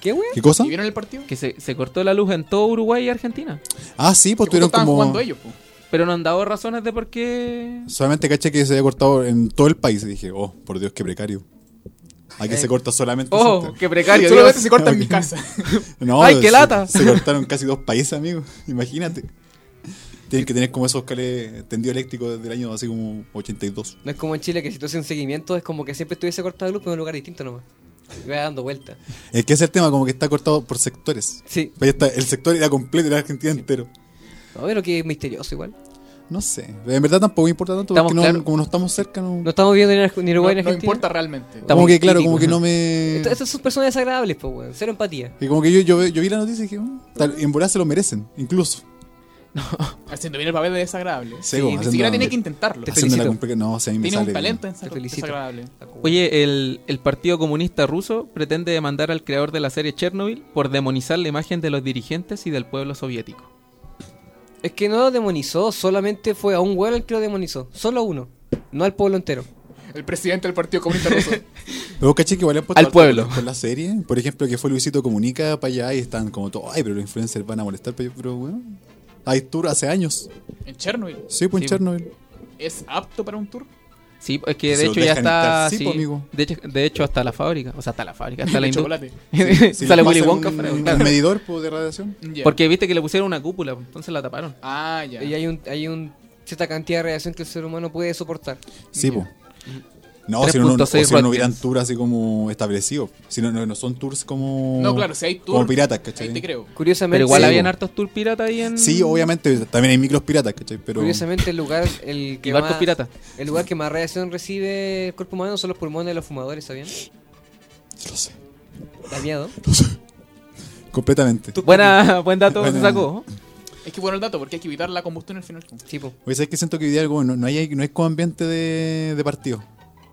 F: ¿Qué wea?
E: ¿Qué cosa?
C: ¿Y vieron el partido?
G: Que se, se cortó la luz en todo Uruguay y Argentina.
E: Ah, sí,
C: Que justo
E: pues tuvieron
C: estaban
E: como.
C: jugando ellos, po.
G: Pero no han dado razones de por qué.
E: Solamente caché que se había cortado en todo el país. Y dije, oh, por Dios, qué precario. Aquí se corta solamente.
G: Eh. Oh,
E: ese-
G: qué precario.
C: Solamente
G: Dios.
C: se corta en mi casa.
E: No,
G: ¡Ay, qué
E: se-
G: lata!
E: Se cortaron casi dos países, amigo. Imagínate. Tienen que tener como esos cales tendido eléctrico desde el año así como 82.
F: No es como en Chile que si tú haces un seguimiento es como que siempre estuviese cortado el grupo en un lugar distinto nomás. Y va dando vueltas.
E: Es que ese es el tema, como que está cortado por sectores.
F: Sí.
E: Pero ya está, el sector era completo, era Argentina entero.
F: No, pero que es misterioso igual.
E: No sé. En verdad tampoco me importa tanto
G: Estamos
E: porque no-
G: claro.
E: como no estamos cerca, no.
F: No estamos viviendo en Arge- ni
C: No,
F: Uruguay ni
C: no
F: Argentina.
C: importa realmente.
E: como
G: estamos
E: que, claro, como
G: críticos.
E: que no me.
F: Esto- Estas son personas desagradables, pues, weón. Cero empatía.
E: Y como que yo, yo, yo vi la noticia y dije, "Mm, tal- en volar se lo merecen, incluso.
C: Haciendo bien el papel de desagradable.
E: Sí,
C: Sí,
E: bueno,
C: ni
E: haciendo-
C: siquiera tenía que intentarlo.
F: Te
E: Haciendo la
F: felicito.
E: complica- No, si a mí me
C: Tiene un
E: sale bien.
C: talento en ser
F: Te felicito.
C: desagradable.
G: Oye, el, el Partido Comunista Ruso pretende demandar al creador de la serie Chernobyl por demonizar la imagen de los dirigentes y del pueblo soviético.
F: Es que no lo demonizó, solamente fue a un huevo el que lo demonizó. Solo uno. No al pueblo entero.
C: El presidente del Partido Comunista Ruso.
E: Pero vos caché que igual han puesto
G: Al
E: harto
G: pueblo.
E: Con la serie, por ejemplo, que fue Luisito Comunica para allá y están como todo, ay, pero los influencers van a molestar, pero, pero bueno. Hay tour hace años.
C: [LAUGHS] en Chernobyl.
E: Sí, pues en
G: Sí. [LAUGHS]
E: Chernobyl.
C: ¿Es apto para un tour?
G: Sí, es que de
E: Se lo
G: hecho ya
E: dejan
G: está.
E: entrar, sí,
G: sí,
E: po, amigo.
G: De, hecho, de hecho, hasta la fábrica. O sea, hasta la fábrica,
E: [LAUGHS]
G: hasta la
C: De
G: industria. [LAUGHS]
C: chocolate.
E: Si
G: Sale
E: les
G: Willy
E: pasan
G: Wonka.
E: un,
G: pero,
E: un
G: claro.
E: medidor pues, de radiación.
C: Ya.
G: Porque viste que le pusieron una cúpula, pues, entonces la taparon.
C: Ah, ya.
F: Y hay un, hay un cierta cantidad de radiación que el ser humano puede soportar.
E: Sí, pues. No,
G: 3.6
E: si no, no, o si no, no
G: Watkins.
E: hubieran tours así como establecidos. Si no, no, no son tours como.
C: No, claro, si hay tour.
E: Como piratas,
C: Ahí
E: ¿cachai?
C: te creo.
F: Curiosamente,
G: Pero igual
E: Sí,
G: habían
E: po.
G: hartos tour pirata ahí en.
E: Sí, obviamente, también hay micros piratas, ¿cachai? Pero.
F: curiosamente el lugar el
G: Y
F: que
G: barcos
F: más,
G: pues, piratas.
F: el lugar que más radiación recibe el cuerpo humano son los pulmones de los fumadores, ¿sabían?
E: Lo sé,
F: Da miedo.
E: completamente.
G: Buena, buen dato
E: [LAUGHS] Bueno.
G: se sacó.
C: Es que bueno el dato, porque hay que evitar la combustión al final.
F: Tipo,
E: Oye, ¿sabes que siento que hoy día algo, no, no hay, no hay como ambiente de, de partido?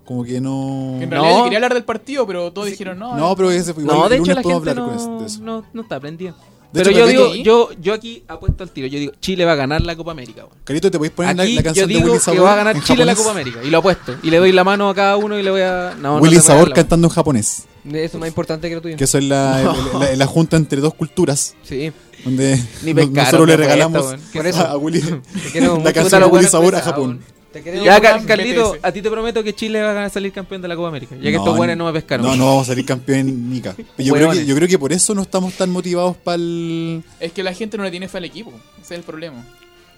E: Como que no.
G: No.
C: En realidad yo quería hablar del partido, pero todos dijeron no.
E: No, pero ese fue igual.
G: No, de
E: el
G: hecho
E: lunes
G: la
E: podemos
G: gente
E: hablar con eso- de
G: no,
E: eso.
G: no, no está prendida.
E: De
G: Pero
E: hecho,
G: yo
E: Carlito-
G: digo, yo, yo aquí apuesto al tiro. Yo digo, Chile va a ganar la Copa América. weón.
E: Carlito, te podéis poner la,
G: Aquí
E: la canción
G: yo
E: de
G: digo
E: Willy
G: que
E: Sabor.
G: va a ganar
E: en
G: Chile la
E: japonés?
G: Copa América. Y lo apuesto. Y le doy la mano a cada uno y le voy a. No, no
E: Willy
G: le voy a
E: Sabor
G: dar la mano.
E: cantando en japonés.
F: eso es más importante que lo tuyo.
E: Que eso es la, el- la- la junta entre dos culturas.
F: Sí.
E: Donde
G: Ni
E: no-
G: pescaron
E: nosotros le
G: la apuesta,
E: regalamos
G: weón.
F: Por eso.
G: [LAUGHS]
E: a Willy
F: Te quiero
E: [LAUGHS] la
F: mucho.
G: Puta,
E: canción de
G: los
E: Willy
G: buenos
E: Sabor a
G: pesados,
E: Japón.
G: weón.
F: Te queremos
G: Ya,
F: mucho.
G: Car-
C: BTS.
G: Carlito, a ti te prometo que Chile va a ganar- salir campeón de la Copa América. Ya que estos buenos no me pescaron.
E: No,
G: [LAUGHS]
E: no vamos a salir campeón Nica. Yo creo, que,
G: Hueones.
E: yo creo que por eso no estamos tan motivados para el.
C: Es que la gente no le tiene fe al equipo. Ese es el problema.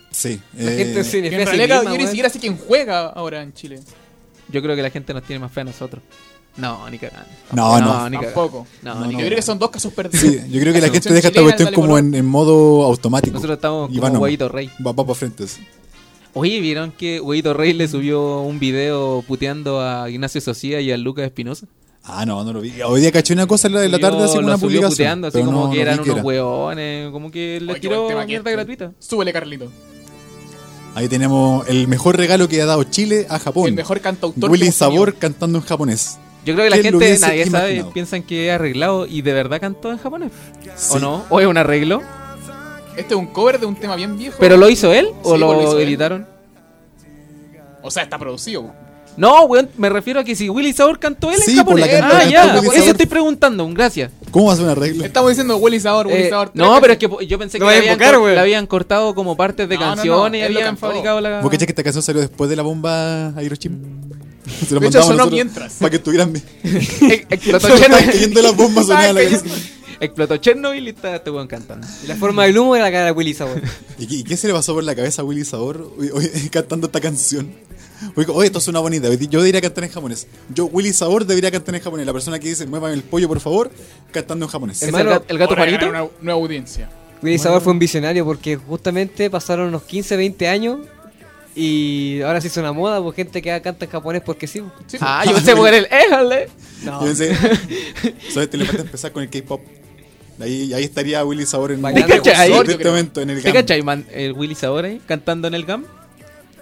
E: Sí.
F: La
E: eh,
G: Este
F: gente se
C: Que en
F: defiende a sí
C: realidad
F: misma,
C: yo ni
F: weón.
C: siquiera sé quién juega ahora en Chile.
G: Yo creo que la gente nos tiene más fe a nosotros. No, ni cagando.
E: No, no.
G: ni cagando.
C: Tampoco.
G: No,
E: No,
G: ni
E: no.
C: Yo
G: cagando.
C: creo que son dos casos perdidos.
E: Sí, yo creo que la gente
C: selección
E: deja esta
C: chilena,
E: cuestión
C: dale
E: como
C: color.
E: en, en modo automático.
G: Nosotros estamos
E: Y van
G: como
E: nomás.
G: Huevito Rey.
E: Va, va para frente. sí.
G: Oye, ¿vieron que Huevito Rey le subió un video puteando a Ignacio Socia y a Lucas Espinosa?
E: Ah, no, no lo vi. Hoy día caché una cosa en la de la
G: Subió-
E: tarde, así como
G: lo
E: una
G: subió
E: publicación.
G: puteando, así
E: pero
G: como
E: no- no
G: que
E: vi
G: eran
E: qué
G: unos
E: era.
G: hueones, como que le
C: Oye, qué
G: tiró
C: buen tema que
G: mierda
C: este.
G: gratuita.
C: Súbele, Carlito.
E: Ahí tenemos el mejor regalo que ha dado Chile a Japón.
C: El mejor cantautor. que
E: Willy
C: hemos
E: Sabor
C: tenido.
E: cantando en japonés.
G: Yo creo que la
E: ¿Quién lo
G: gente,
E: hubiese
G: nadie sabe,
E: imaginado?
G: piensan que es arreglado y de verdad cantó en japonés.
E: Sí.
G: ¿O no? ¿O es un arreglo?
C: Este es un cover de un tema bien viejo.
G: ¿Pero lo hizo él o
C: Sí,
G: lo,
C: pues, lo hizo él.
G: editaron?
C: O sea, está producido.
G: No, weón, me refiero a que si Willy Sabor cantó él
E: Sí,
G: en japonés.
E: por la
G: ah,
E: cantidad
C: que
G: ya,
C: cantó Willy
G: eso
E: Sabor.
G: estoy preguntando, un gracias.
E: ¿Cómo va a ser un arreglo?
C: Estamos diciendo Willy Sabor, Willy
F: Eh,
C: Sabor. tres
G: No, pero es
C: veces.
G: que po- yo pensé que
D: No
G: la
D: vaya a
G: habían,
D: invocar,
G: cor-
D: weón.
G: la habían cortado como partes de
C: No, no, no,
G: canciones y
C: él lo
G: habían
C: cantó.
G: fabricado la.
E: ¿Vos cachás que esta canción salió después de la bomba a Hiroshima? [LAUGHS] Se
C: Mm. De hecho, sonó mientras.
E: Para que estuvieran.
G: Ex- [LAUGHS] Explotó,
E: [LAUGHS] Estaban
G: Chernobyl,
E: cayendo las bombas sonaban la
G: Estaban
E: canción.
G: explotó Chernobyl y está este weón cantando.
F: Y la forma del humo era la cara de Willy Sabor.
E: ¿Y qué, y qué se le pasó por la cabeza a Willy Sabor hoy- hoy [LAUGHS] cantando esta canción? Oye, oye, esto es una bonita. hoy di- Yo debería cantar en japonés. Yo, Willy Sabor, debería cantar en japonés. La persona que dice, muévame el pollo, por favor, cantando en japonés.
G: ¿Es el,
F: Hermano,
G: ga- el gato
C: Ahora
G: Juanito?
C: ganar Una nueva audiencia.
F: Willy Sabor fue un visionario porque justamente pasaron unos 15, 20 años y ahora se hizo una moda por gente que canta en japonés porque sí. pues.
C: Sí,
G: Ah, yo pensé que era el éjale.
E: Yo
G: [LAUGHS]
E: pensé, solo te le falta empezar con el K-pop. Ahí, ahí estaría Willy Sabor en,
F: Bailando
G: ¿Te cachai?
E: en
G: Yo
E: este
C: creo.
E: momento, en el
G: ¿Te
E: GAM,
G: cachai, man? El Willy Sabor ahí, cantando en el GAM.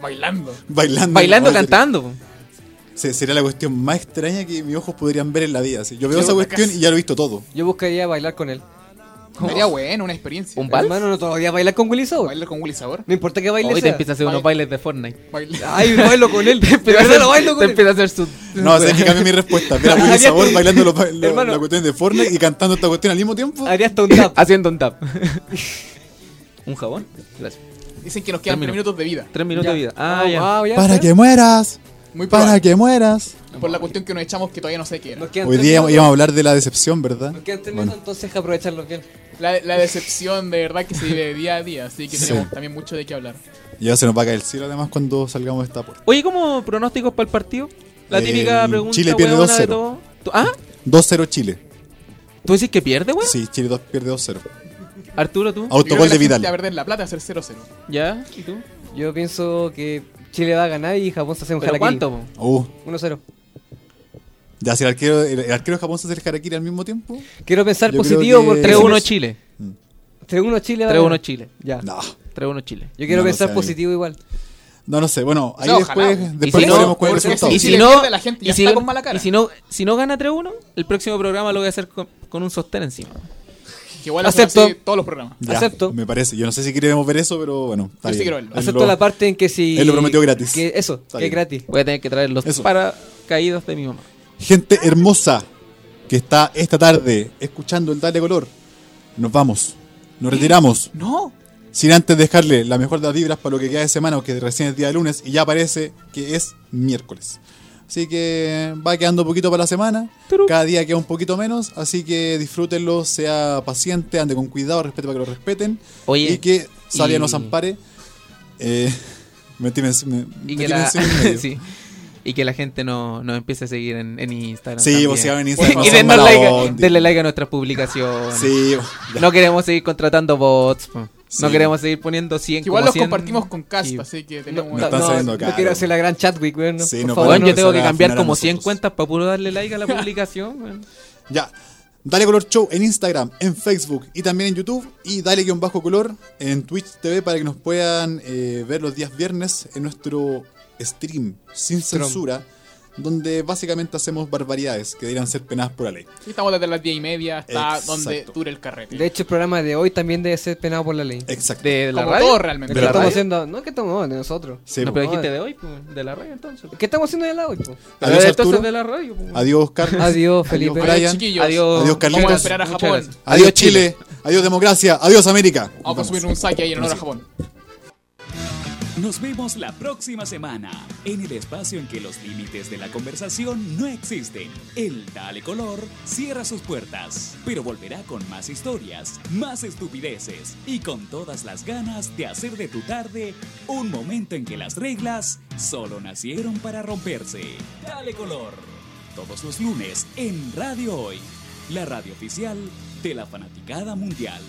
C: bailando.
E: Bailando.
G: Bailando,
E: Sería-
G: cantando.
E: se- sería la cuestión más extraña que mis ojos podrían ver en la vida. así. Yo veo
C: Yo
E: esa
C: la
E: cuestión
C: casa.
E: y ya lo he
G: [LAUGHS]
E: visto todo.
F: Yo buscaría bailar con él.
C: Sería bueno, una experiencia.
G: ¿Un vals?
F: Hermano, no todavía bailar con Willy Sabor.
C: Bailar con Willy Sabor.
F: No importa que baile
G: Hoy te
F: sea.
G: empieza a hacer unos
C: Baila.
G: bailes de Fortnite.
C: Bailar.
F: Ay, bailo con
G: [LAUGHS]
F: él. De verdad lo bailo
G: te
F: con él.
G: empieza a hacer su.
E: No, sé que cambié mi respuesta.
G: [LAUGHS]
E: Ver a Willy Sabor bailando los ba- lo-
F: Hermano.
E: la cuestión de Fortnite y cantando esta cuestión al mismo tiempo.
F: Haría hasta un
G: [LAUGHS]
C: [LAUGHS]
F: tap.
G: Haciendo un tap. ¿Un jabón? Gracias.
C: Dicen que nos quedan
G: Termino.
C: 3 minutos de vida.
G: Tres minutos de vida. Ah, ya.
F: wow, ya.
E: Para que mueras.
C: Muy
E: Para
C: probable.
E: que mueras.
C: Por la cuestión que nos echamos que todavía no sé qué era.
F: Nos quedan
E: Hoy
F: tres
E: día
F: minutos.
E: íbamos a hablar de la decepción, ¿verdad?
F: Nos quedan tres
E: Bueno.
F: minutos, entonces hay que aprovecharlo bien.
C: La, la decepción de verdad que se vive día a día, así que tenemos también mucho de qué hablar.
E: Y ahora se nos va a caer el cielo además cuando salgamos de esta puerta.
G: Oye, ¿cómo pronósticos para el partido? La
E: Eh,
G: típica pregunta.
E: Chile pierde
G: huevona, de
E: 2-0.
G: todo. ¿Tú- ¿Ah?
E: 2-0 Chile.
G: ¿Tú dices que pierde, weón?
E: Sí, Chile dos- pierde 2-0.
G: Arturo, tú.
C: Yo creo
E: Autogol
C: que
E: de
C: la gente Va a
E: Vidal.
C: perder la plata, va a ser 0-0.
G: ¿Ya? ¿Y tú?
F: Yo pienso que Chile va a ganar y Japón se hace un
G: ¿Pero
F: jarakiri.
G: cuánto? po?
E: Uh,
F: 1-0.
E: ya si el arquero, el, el arquero de Japón se hace el harakiri al mismo tiempo.
F: Quiero pensar
E: Yo creo
F: positivo
E: que-
F: porque...
G: 3-1 Chile.
F: 3-1 Chile va a
G: 3-1
F: ganar.
G: Chile.
F: Ya.
E: No.
G: 3-1 Chile.
F: Yo quiero
E: No,
F: pensar
E: o sea,
F: positivo igual.
E: No, no sé. Bueno, ahí
C: sea, ojalá.
E: después,
C: Y
E: después
G: si no,
E: veremos cuál es
C: porque
E: el resultado.
C: si le pierde, la gente ya
G: y si-
C: está con mala cara.
G: y si no, si no gana 3-1, el próximo programa lo voy a hacer con, con un sostén encima.
C: Que igual hacen
F: Acepto.
C: así todos los programas.
E: Ya,
F: acepto.
E: Me parece. Yo no sé si queremos ver eso, pero bueno. Está
C: Yo sí
E: bien.
C: quiero verlo.
E: Él
F: Acepto
E: lo-
F: la parte en que si.
E: él lo prometió gratis.
F: Que eso, que
E: bien.
F: es gratis.
G: Voy a tener que traer los
E: Eso.
G: paracaídos de mi mamá.
E: Gente hermosa que está esta tarde escuchando el Dale Color. Nos vamos. Nos retiramos.
C: No.
E: Sin antes dejarle la mejor de las vibras para lo que queda de semana, aunque recién es día de lunes y ya parece que es miércoles. Así que va quedando poquito para la semana. Cada día queda un poquito menos. Así que disfrútenlo, sea paciente, ande con cuidado, respete para que lo respeten.
G: Oye,
E: y que Salia
G: y-
E: nos ampare. Eh, [LAUGHS] metí men- me-
G: Y
E: metí
G: que, la,
E: mención en
G: [LAUGHS]
E: medio.
G: sí. y que la gente nos no empiece a seguir en, en Instagram.
E: Sí,
G: también.
E: vos sigan en
G: [LAUGHS]
E: Instagram.
G: Y
E: son
G: dennos
E: mala
G: like, a-
E: onda.
G: denle like a nuestras publicaciones.
E: Sí, ya.
G: No queremos seguir contratando bots. po.
E: Sí.
G: No queremos seguir poniendo 100.
C: Que igual
G: como
C: los
G: 100.
C: compartimos con Cast,
G: y-
C: así que tenemos.
E: no, Eh, están saliendo
F: no
E: caros.
F: quiero hacer la gran Chatwick, weón. No,
E: Sí,
F: por
E: no,
F: favor,
G: Weón,
E: Bueno,
G: yo tengo
E: empezar
G: que
E: a
G: cambiar
E: afinar a
G: como 100
E: nosotros.
G: cuentas para puro darle like a la publicación. weón.
E: Ya. Dale Color Show en Instagram, en Facebook y también en YouTube. Y dale guión bajo color en Twitch TV para que nos puedan eh, ver los días viernes en nuestro stream sin censura, donde básicamente hacemos barbaridades que deberían ser penadas por la ley.
C: Y estamos desde las 10 y media hasta
E: Exacto.
C: donde dure el carrete.
F: De hecho, el programa de hoy también debe ser penado por la ley.
E: Exacto.
G: De la
C: Como
G: radio.
C: todo
F: Pero
C: realmente.
F: ¿qué
E: Eh, la
F: estamos
E: radio?
F: haciendo? No, ¿qué estamos no, de nosotros?
E: Sí,
G: No,
E: po.
G: pero dijiste de hoy, po, de la radio entonces.
F: ¿Qué estamos haciendo de la hoy? po?
G: Pero
E: Adiós,
G: entonces
E: Arturo.
G: de la radio. po.
E: Adiós, Carlos.
F: Adiós, Felipe.
E: Brian.
C: Adiós, chiquillos.
G: Adiós,
E: Adiós, Carlitos.
C: Vamos a esperar a
G: Muchas
C: Japón.
G: gracias.
E: Adiós, Chile. Adiós, democracia. Adiós, América.
C: Vamos a
E: Nos
C: consumir
E: vemos.
C: un sake ahí en honor a Japón.
B: Nos vemos la próxima semana en el espacio en que los límites de la conversación no existen. El Dale Color cierra sus puertas, pero volverá con más historias, más estupideces y con todas las ganas de hacer de tu tarde un momento en que las reglas solo nacieron para romperse. Dale Color. Todos los lunes en Radio Hoy, la radio oficial de la fanaticada mundial.